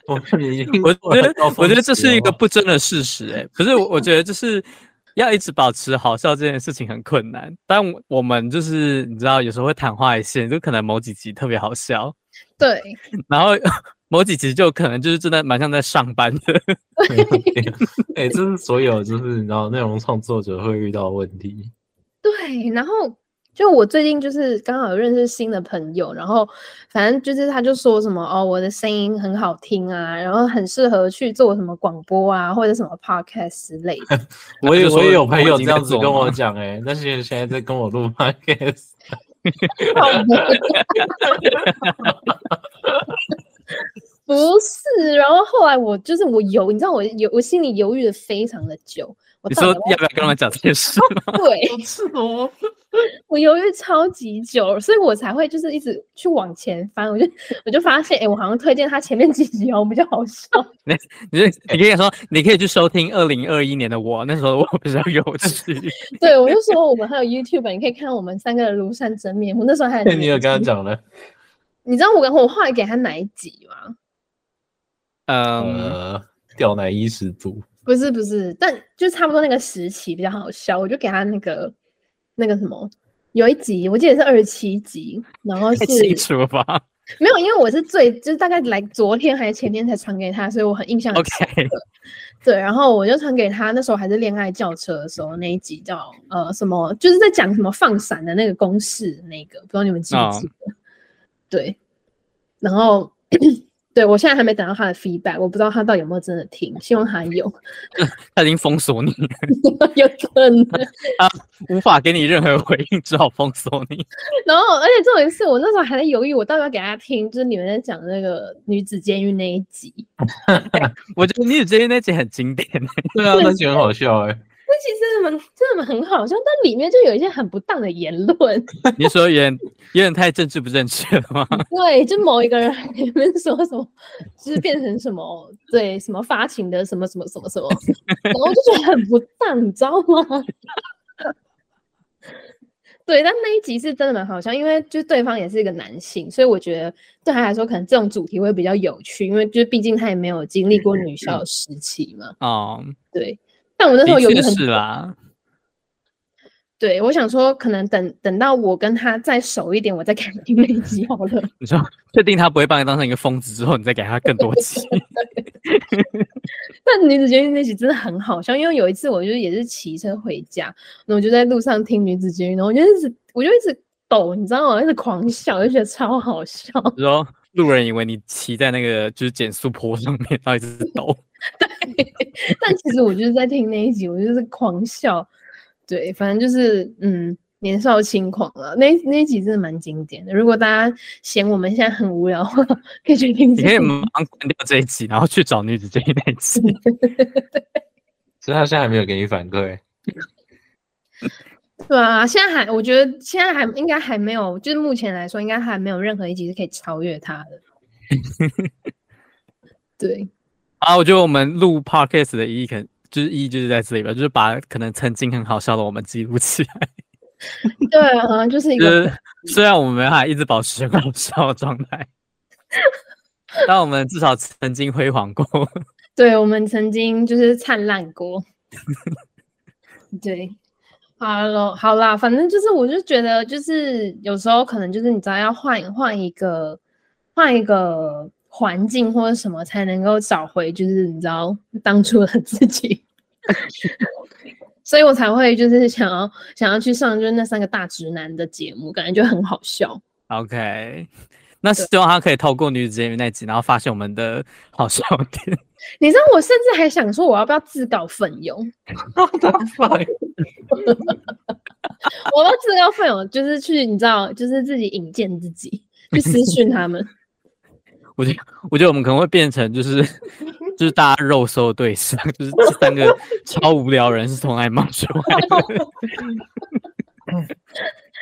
Speaker 3: 我看你已经
Speaker 1: 我
Speaker 3: 过
Speaker 1: 觉
Speaker 3: 了
Speaker 1: 得
Speaker 3: 高峰
Speaker 1: 我觉得这
Speaker 3: 期了
Speaker 1: 是一个
Speaker 3: 吗
Speaker 1: 不争的事实、欸，哎，不是我，我觉得就是要一直保持好笑这件事情很困难。但我我们就是你知道，有时候会昙花一现，就可能某几集特别好笑，
Speaker 2: 对，
Speaker 1: 然后某几集就可能就是真的蛮像在上班的。啊
Speaker 3: 哎、这是所有就是你知道内容创作者会遇到的问题。
Speaker 2: 对，然后就我最近就是刚好有认识新的朋友，然后反正就是他就说什么哦，我的声音很好听啊，然后很适合去做什么广播啊，或者什么 podcast 之类的。
Speaker 1: 那
Speaker 3: 我也
Speaker 1: 啊 就
Speaker 3: 我也
Speaker 1: 说
Speaker 3: 有
Speaker 1: 我
Speaker 3: 朋
Speaker 1: 已
Speaker 3: 友这
Speaker 1: 经
Speaker 3: 样
Speaker 1: 在
Speaker 3: 子
Speaker 1: 做
Speaker 3: 跟我
Speaker 1: 吗
Speaker 3: 讲，哎，但是现在在跟我录 podcast，
Speaker 2: 不是，然后后来我就是我犹，你知道我犹，我心里犹豫了非常的久。我
Speaker 1: 你
Speaker 2: 到
Speaker 1: 说
Speaker 2: 底
Speaker 1: 要不要跟他们讲这件事 吗？
Speaker 2: 要对
Speaker 3: 赤裸
Speaker 2: 哎哦我犹豫超级久，所以我才会就是一直去往前翻。我就我就发现，哎、我好像推荐他前面几集哦，比较好笑。
Speaker 1: 你就你可以说，你可以去收听二零二一年的我，那时候我比较有趣。
Speaker 2: 对，我就说我们还有 YouTube，你可以看我们三个的庐山真面目。那时候还 很
Speaker 3: 哎你有
Speaker 2: 年
Speaker 3: 跟他
Speaker 2: 轻
Speaker 3: 讲了？
Speaker 2: 你知道我我后来给他哪一集吗？
Speaker 1: 嗯，
Speaker 3: 呃，掉奶衣十足，
Speaker 2: 不是不是，但就差不多那个时期比较好笑。我就给他那个那个什么，有一集我记得是二十七集，然后是
Speaker 1: 太清楚了吧
Speaker 2: 没有，因为我是最就是大概来昨天还是前天才传给他，所以我很印象很深
Speaker 1: ？OK，
Speaker 2: 对，然后我就传给他，那时候还是恋爱轿车的时候那一集叫呃什么，就是在讲什么放闪的那个公式那个，不知道你们记不
Speaker 1: 哦
Speaker 2: 记得？对，然后对我现在还没等到他的 feedback，我不知道他到底有没有真的听，希望他有，
Speaker 1: 他已经封锁你了，
Speaker 2: 有可能。
Speaker 1: 无法给你任何回应，只好封锁你。
Speaker 2: 然后而且重点是我那时候还在犹豫，我到底要给他听，就是你们在讲那个女子监狱那一集，
Speaker 1: 我觉得你姐那集很经典、
Speaker 3: 对啊，那集很好笑哎、
Speaker 2: 那其实真的蛮真的蛮很好笑，但里面就有一些很不当的言论。
Speaker 1: 你说有点有点太政治不正确了吗？
Speaker 2: 对，就某一个人 里面说什么，就是变成什么对什么发情的什么什么什么什么，然后就觉得很不当，你知道吗？ 对，但那一集是真的蛮好笑，因为就是对方也是一个男性，所以我觉得对他来说，可能这种主题会比较有趣，因为就是毕竟他也没有经历过女校时期嘛。
Speaker 1: 哦，
Speaker 2: 对，但我那时候
Speaker 1: 的
Speaker 2: 犹豫
Speaker 1: 确
Speaker 2: 很
Speaker 1: 是啦。
Speaker 2: 对，我想说，可能等等到我跟他再熟一点，我再看你那一集好了。
Speaker 1: 你说确定他不会把你当成一个疯子之后，你再给他更多集？
Speaker 2: 但女子决定那集真的很好笑，因为有一次我就是也是骑车回家，那我就在路上听女子决定，然后我就一直我就一直抖，你知道吗？一直狂笑，就觉得超好笑。
Speaker 1: 你说路人以为你骑在那个就是减速坡上面，然后一直抖。
Speaker 2: 但其实我就是在听那一集，我就是狂笑。对，反正就是嗯，年少轻狂了。那那一集真的蛮经典的。如果大家嫌我们现在很无聊的 话，可以去听
Speaker 1: 你
Speaker 2: 这
Speaker 1: 可以
Speaker 2: 个。
Speaker 1: 马上关掉这一集，然后去找女子这一那一 集。
Speaker 3: 所以他现在还没有给你反馈。
Speaker 2: 对啊，现在还我觉得现在还应该还没有，就是目前来说，应该还没有任何一集是可以超越它的。对，
Speaker 1: 啊，我觉得我们录 podcast 的意义，可能就是意义就是在这里吧，就是把可能曾经很好笑的我们记录起来。
Speaker 2: 对啊，就是一
Speaker 1: 就
Speaker 2: 个
Speaker 1: 是虽然我们还一直保持很好笑的状态，但我们至少曾经辉煌过。
Speaker 2: 对我们曾经就是灿烂过。对，好了，好啦，反正就是我就觉得就是有时候可能就是你知道要换换一个换一个环境或者什么才能够找回就是你知道当初的自己。 所以我才会就是想要想要去上就是那三个大直男的节目，感觉就很好笑。
Speaker 1: OK，那希望他可以透过女子监狱那集，然后发现我们的好笑点。
Speaker 2: 你知道我甚至还想说我要不要自告奋勇，我要自告奋勇，就是去你知道，就是自己引荐自己，去私讯他们。
Speaker 1: 我觉得，我觉得我们可能会变成就是 就是大家肉搜的对象，就是这三个超无聊人是从哪里冒出来的。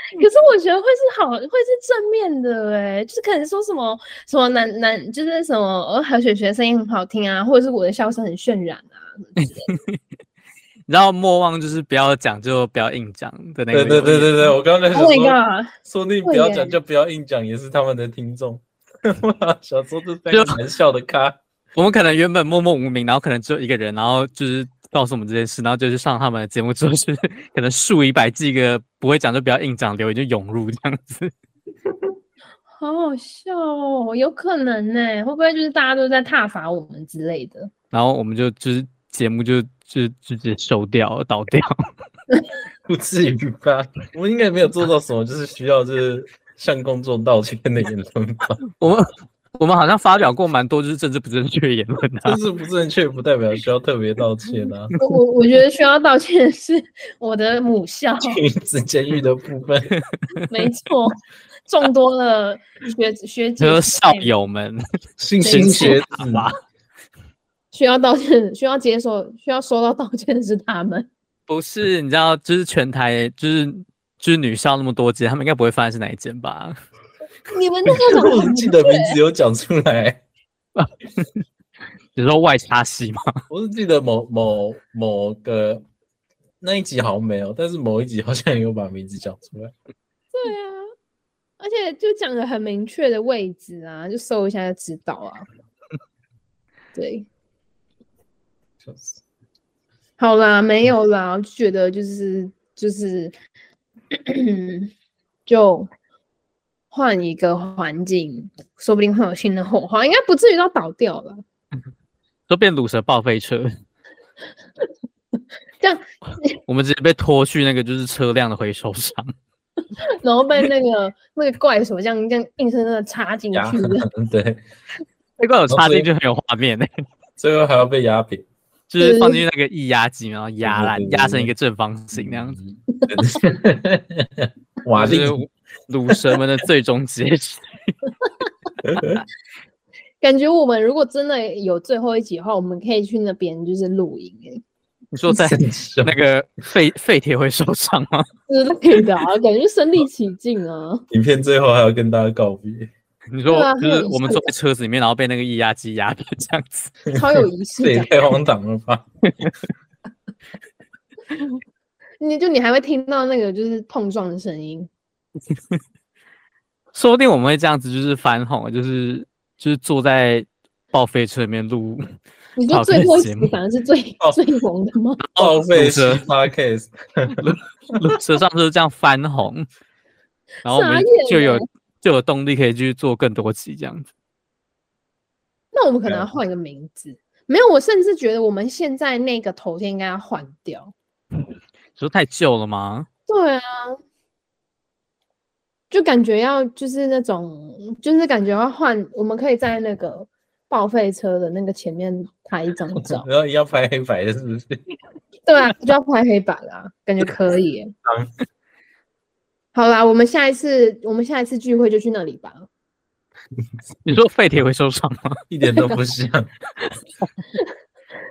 Speaker 2: 可是我觉得会是好，会是正面的哎、就是可能说什么什么男男，就是什么呃何雪雪声音很好听啊，或者是我的笑声很渲染啊。
Speaker 1: 你知道莫忘就是不要讲就不要硬讲的那个。
Speaker 3: 对对对对对，我刚刚在想
Speaker 2: Oh
Speaker 3: 说
Speaker 2: my god！
Speaker 3: 说不定不要讲就不要硬讲，也是他们的听众。 小时候这三个难笑的咖，
Speaker 1: 我们可能原本默默无名，然后可能只有一个人，然后就是告诉我们这件事，然后就是上他们的节目之后，就是 可能数以百计个不会讲就不要硬讲，留言就涌入这样子。
Speaker 2: 好好笑哦，有可能呢、会不会就是大家都在挞伐我们之类的？
Speaker 1: 然后我们就就是节目就就就直接收掉倒掉。
Speaker 3: 不至于吧？我们应该没有做到什么，就是需要就是向公众道歉的言论吧？
Speaker 1: 我们我们好像发表过蛮多就是政治不正确的言论啊的、
Speaker 3: 这是不正确，不代表需要特别道歉啊。
Speaker 2: 我我我觉得需要道歉的是我的母校，
Speaker 3: 女子监狱的部分，
Speaker 2: 没错，众多的学学姐
Speaker 1: 就是
Speaker 2: 师
Speaker 1: 校
Speaker 2: 妹
Speaker 1: 友们，
Speaker 3: 性侵学
Speaker 2: 嗯
Speaker 3: 子啊
Speaker 1: 吧，
Speaker 2: 需要道歉，需要接受，需要收到道歉的是他们。
Speaker 1: 不是你知道，就是全台就是就是女校那么多间，他们应该不会发现是哪一间吧？
Speaker 2: 你们那 啊 个
Speaker 3: 我只记得名字有讲出来，
Speaker 1: 比如说外插系嘛，
Speaker 3: 我是记得某某某个那一集好像没有，但是某一集好像有把名字讲出来。
Speaker 2: 对啊，而且就讲的很明确的位置啊，就搜一下就知道 啊。对，
Speaker 3: 就是
Speaker 2: 好啦，没有啦，我就觉得就是就是， 就换一个环境，说不定会有新的火花，应该不至于到倒掉了。
Speaker 1: 都变卤蛇报废车，
Speaker 2: 这样，
Speaker 1: 我们直接被拖去那个就是车辆的回收厂。
Speaker 2: 然后被那个那个怪手这样这样硬生生的插进
Speaker 3: 呀
Speaker 2: 去这样，
Speaker 3: 对，
Speaker 1: 那个有插
Speaker 3: 哦所以
Speaker 1: 进去很有画面呢、欸
Speaker 3: 最后还要被压扁，
Speaker 1: 就是放
Speaker 2: 对
Speaker 1: 进去那个液压机，然后压
Speaker 3: 对
Speaker 1: 烂
Speaker 3: 对，对
Speaker 1: 压
Speaker 3: 对
Speaker 1: 成一
Speaker 3: 对
Speaker 1: 个正方形那样子。
Speaker 3: 嗯 子。瓦
Speaker 1: 就
Speaker 3: 力
Speaker 1: 是卤蛇们的最终结局。
Speaker 2: 感觉我们如果真的有最后一集的话，我们可以去那边就是露营、欸，
Speaker 1: 你说在
Speaker 3: 凶
Speaker 1: 那个肺肺铁会受伤吗？
Speaker 2: 之类的啊，感觉身临其境啊。
Speaker 3: 影片最后还要跟大家告 别，
Speaker 1: 你说
Speaker 2: 对啊
Speaker 1: 就
Speaker 2: 会有
Speaker 1: 是
Speaker 2: 影
Speaker 1: 我们坐
Speaker 2: 响
Speaker 1: 在车子里面，然后被那个液压机压的这样子，
Speaker 2: 超有仪式
Speaker 3: 这也
Speaker 2: 感。
Speaker 3: 太荒唐了吧！
Speaker 2: 你就你还会听到那个就是碰撞的声音，
Speaker 1: 说不定我们会这样子，就是翻红，就是就是坐在报废车里面录，
Speaker 2: 你就
Speaker 1: 好
Speaker 2: 最后
Speaker 1: 这个
Speaker 2: 一
Speaker 1: 节
Speaker 2: 集
Speaker 1: 目
Speaker 2: 反而是最
Speaker 3: 哦
Speaker 2: 最红的吗？
Speaker 3: 报废
Speaker 1: 车
Speaker 3: podcast，
Speaker 1: 录车上就是这样翻红，然后我
Speaker 2: 傻
Speaker 1: 们
Speaker 2: 眼
Speaker 1: 就有
Speaker 2: 欸
Speaker 1: 就有动力可以继续做更多集这样子。
Speaker 2: 那我们可能
Speaker 3: 对
Speaker 2: 要
Speaker 1: 啊
Speaker 2: 换一个名字。没有，我甚至觉得我们现在那个头贴应该要换掉。
Speaker 1: 你说太旧了吗？
Speaker 2: 对啊，就感觉要就是那种，就是感觉要换，我们可以在那个报废车的那个前面拍一张照。
Speaker 3: 然后要拍黑白的，是不是？
Speaker 2: 对啊，就要拍黑板啊，感觉可 以耶好啦，我们下一次我们下一次聚会就去那里吧。
Speaker 1: 你说废铁回收厂吗？
Speaker 3: 一点都不 像。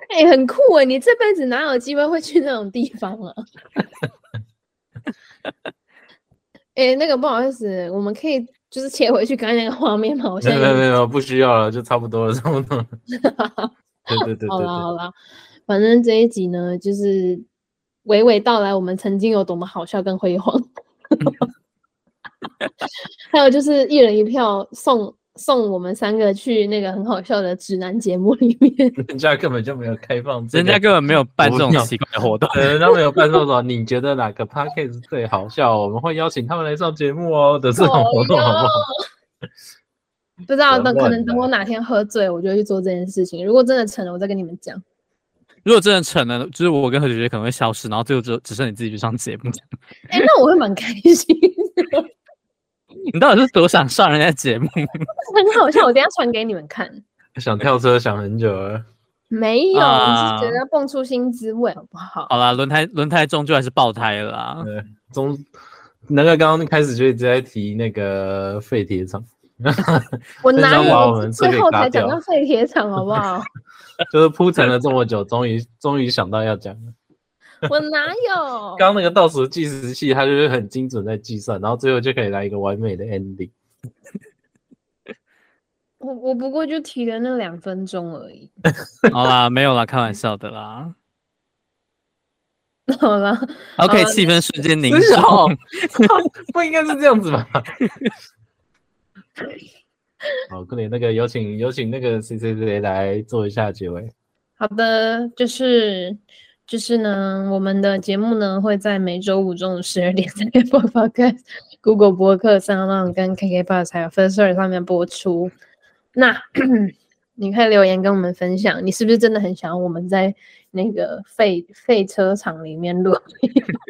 Speaker 2: 哎、很酷哎！你这辈子哪有机会会去那种地方啊？ 哎、那个不好意思，我们可以就是切回去刚才那个画面吗？我现
Speaker 3: 没
Speaker 2: 在
Speaker 3: 有
Speaker 2: 有
Speaker 3: 没有
Speaker 2: 点
Speaker 3: 没有，不需要了，就差不多了，差不多了。 对对对对
Speaker 2: 好啦
Speaker 3: 对，
Speaker 2: 好啦，反正这一集呢，就是娓娓道来我们曾经有多么好笑跟辉煌， 还有就是一人一票送送我们三个去那个很好笑的直男节目里面。
Speaker 3: 人家根本就没有开放这
Speaker 1: 人
Speaker 3: 个，
Speaker 1: 家根本没有办这种
Speaker 3: 不要
Speaker 1: 奇怪的活动。
Speaker 3: 呃人家没有办这种。你觉得哪个 podcast 最好笑？我们会邀请他们来上节目哦的这种活动，好不好？
Speaker 2: 不知道
Speaker 3: 不要
Speaker 2: 等可
Speaker 3: 乱
Speaker 2: 能等
Speaker 3: 来
Speaker 2: 我哪天喝醉，我就去做这件事情。如果真的成了，我再跟你们讲。
Speaker 1: 如果真的成了，就是我跟何姐姐可能会消失，然后最后只只剩你自己去上节目。
Speaker 2: 哎、那我会蛮开心的，
Speaker 1: 你到底是多想上人家节目？
Speaker 2: 很好笑。我等一下传给你们看。
Speaker 3: 想跳车想很久了，
Speaker 2: 没有，我是
Speaker 1: 啊
Speaker 2: 觉得蹦出新滋味，好不好？
Speaker 3: 哦
Speaker 1: 好啦，轮胎轮胎终究还是爆胎了啊啦。
Speaker 3: 中那个刚刚开始就一直在提那个废铁厂，
Speaker 2: 我
Speaker 3: 真
Speaker 2: 哪
Speaker 3: 想把我
Speaker 2: 有
Speaker 3: 们这
Speaker 2: 最
Speaker 3: 给
Speaker 2: 后
Speaker 3: 卡
Speaker 2: 才讲
Speaker 3: 掉
Speaker 2: 到废铁厂，好不好？
Speaker 3: 就是铺陈了这么久，终于终于想到要讲了。
Speaker 2: 我哪有？
Speaker 3: 刚刚那个倒数计时器，它就是很精准在计算，然后最后就可以来一个完美的 ending。
Speaker 2: 我我不过就提了那两分钟而已。
Speaker 1: 好啦，没有啦，开玩笑的啦。
Speaker 2: 好了，哦
Speaker 1: OK，
Speaker 2: 好
Speaker 1: 气氛瞬间凝
Speaker 3: 真
Speaker 1: 重
Speaker 3: 是。好不应该是这样子吧？好，快点，那个有请有请那个谁谁谁来做一下结尾。
Speaker 2: 好的，就是就是呢，我们的节目呢会在每周五中午十二点在 Apple Podcast、Google 播客、上浪跟 KK Bus 还有 First Story 上面播出。那 你可以留言跟我们分享，你是不是真的很想要我们在那个废废车场里面录？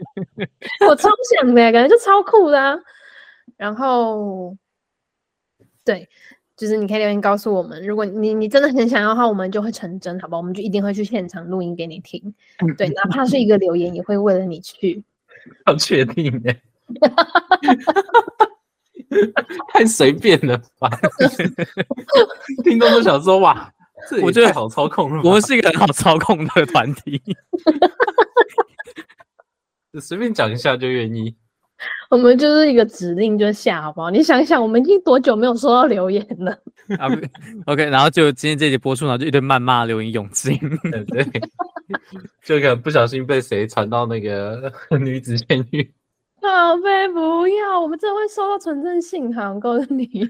Speaker 2: 我超想的，感觉就超酷的啊、然后，对，就是你可以留言告诉我们，如果你你真的很想要的话，我们就会成真，好吧？我们就一定会去现场录音给你听，
Speaker 1: 嗯
Speaker 2: 对，哪怕是一个留言，也会为了你去。
Speaker 3: 要确定呢、太随便了吧？听众都想说哇，这也
Speaker 1: 我觉得
Speaker 3: 太好操控了吧，哦
Speaker 1: 我们是一个很好操控的团体。
Speaker 3: 随便讲一下就愿意。
Speaker 2: 我们就是一个指令就下，好不好？你想想，我们已经多久没有收到留言了？
Speaker 1: 啊不 OK，然后就今天这集播出，然后就一堆谩骂留言涌进。
Speaker 3: 对对，就可能不小心被谁传到那个女子监狱。
Speaker 2: 宝贝，不要，我们真的会收到纯正信函，我告诉你。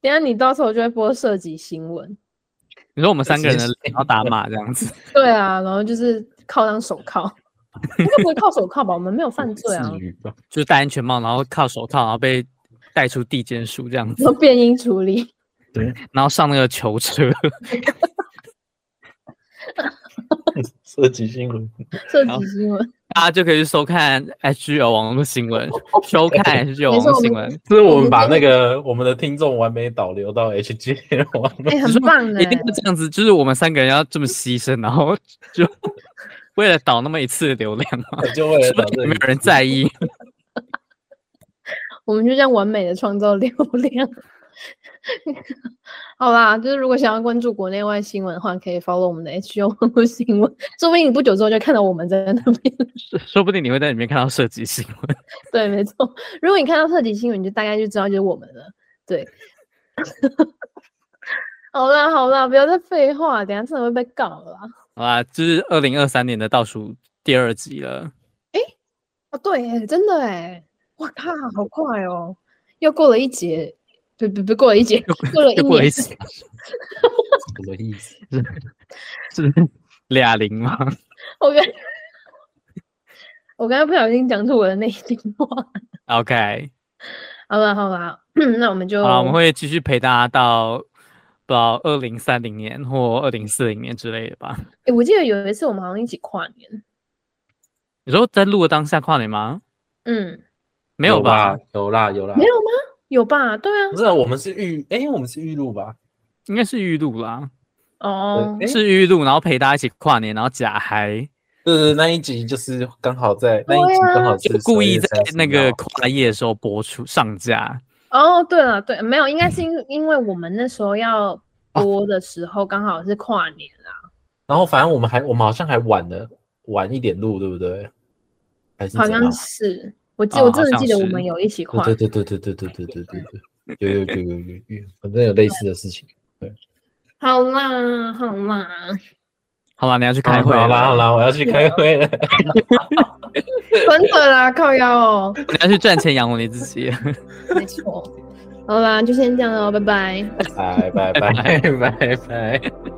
Speaker 2: 等一下你到时候就会播涉及新闻，
Speaker 1: 你说我们三个人的
Speaker 3: 是
Speaker 1: 脸，然后打码这样子，
Speaker 2: 对啊，然后就是铐上手铐，应该不会铐手铐吧？我们没有犯罪啊
Speaker 3: 至，于吧
Speaker 1: 就是戴安全帽，然后靠手铐，然后被带出地检署这样子，
Speaker 2: 有变音处理。
Speaker 1: 然后上那个囚车，
Speaker 3: 涉及新闻，
Speaker 2: 涉
Speaker 1: 好
Speaker 2: 及新闻，
Speaker 1: 大家就可以去收看 HGO 网络新 闻，收看 HGO 网
Speaker 2: 没错
Speaker 1: 络
Speaker 2: 我
Speaker 1: 新
Speaker 2: 们
Speaker 1: 闻，
Speaker 3: 就是我
Speaker 2: 我
Speaker 3: 们
Speaker 2: 们
Speaker 3: 把
Speaker 2: 真
Speaker 3: 那个我们的听众完美导流到 HG 网络
Speaker 2: 哎、
Speaker 1: 只是
Speaker 2: 很棒哎、
Speaker 1: 一定要这样子，就是我们三个人要这么牺牲，然后就为了导那么一次的流量嘛，
Speaker 3: 就为了
Speaker 1: 说
Speaker 3: 导
Speaker 1: 不
Speaker 3: 这
Speaker 1: 定
Speaker 3: 个
Speaker 1: 没有人在意。
Speaker 2: 我们就这样完美的创造流量。 好啦，就是如果想要关注国内外新闻的话，可以 follow 我们的 HU 网络 新闻，说不定你不久之后就看到我们在那边。
Speaker 1: 说说不定你会在里面看到射击新闻。
Speaker 2: 对，没错。如果你看到特级新闻，你就大概就知道就是我们了。对。 好啦好啦，不要再废话，等一下真的会被告了啦。
Speaker 1: 好啦，就是二零二三年的倒数第二集了。
Speaker 2: 哦，对耶，真的哎，哇靠，好快哦，又过了一节，不不不，过了一节，过哎了一
Speaker 1: 又过了一
Speaker 2: 年，
Speaker 1: 集，
Speaker 3: 什么意思？
Speaker 1: 是俩零吗？
Speaker 2: 我刚，我刚刚不小心讲出我的内心话。
Speaker 1: OK，
Speaker 2: 好了好了， 那我们就
Speaker 1: 好了，我们会继续陪大家到不到二零三零年或二零四零年之类的吧。
Speaker 2: 诶哎我记得有一次我们好像一起跨年，
Speaker 1: 你说在录的当下跨年吗？
Speaker 2: 嗯，
Speaker 1: 没有吧？？
Speaker 3: 有啦有啦
Speaker 2: 没，有吗？有吧？对啊
Speaker 3: 不，是啊我们是预哎、我们是预录吧？
Speaker 1: 应该是预录啦，
Speaker 2: 哦
Speaker 3: 对，诶
Speaker 1: 是预录，然后陪大家一起跨年，然后假嗨，
Speaker 3: 对对，那一集就是刚好在那
Speaker 2: 对啊
Speaker 3: 一集刚好
Speaker 1: 就是故
Speaker 3: 12
Speaker 1: 意
Speaker 3: 月
Speaker 1: 在那
Speaker 3: 30
Speaker 1: 个
Speaker 3: 号
Speaker 1: 跨夜的时候播出上架。
Speaker 2: 哦，对了，对，没有，应该是因因为我们那时候
Speaker 1: 哦
Speaker 2: 要播的时候刚好是跨年啊，
Speaker 3: 然后反正我们还我们好像还晚了晚一点录，对不对？还是
Speaker 2: 好
Speaker 3: 怎
Speaker 2: 像
Speaker 3: 样
Speaker 2: 是，我记
Speaker 1: 哦
Speaker 2: 我
Speaker 1: 好
Speaker 2: 真的
Speaker 1: 像
Speaker 2: 记得我
Speaker 1: 是
Speaker 2: 们有一起跨
Speaker 3: 对对对对对对对对对对对，有有有有有有，反正有类似的事情。
Speaker 2: 好啦，好啦，
Speaker 1: 好啦，你要去
Speaker 3: 好
Speaker 1: 开会
Speaker 3: 啊好
Speaker 1: 了
Speaker 3: 啦好啦，我要去开会 了。
Speaker 2: 真的啦，靠腰哦，
Speaker 1: 你要去赚钱养活你自己。
Speaker 2: 没
Speaker 3: 哎
Speaker 2: 错。好啦，就先这样喽，拜拜。
Speaker 3: 拜拜拜拜拜。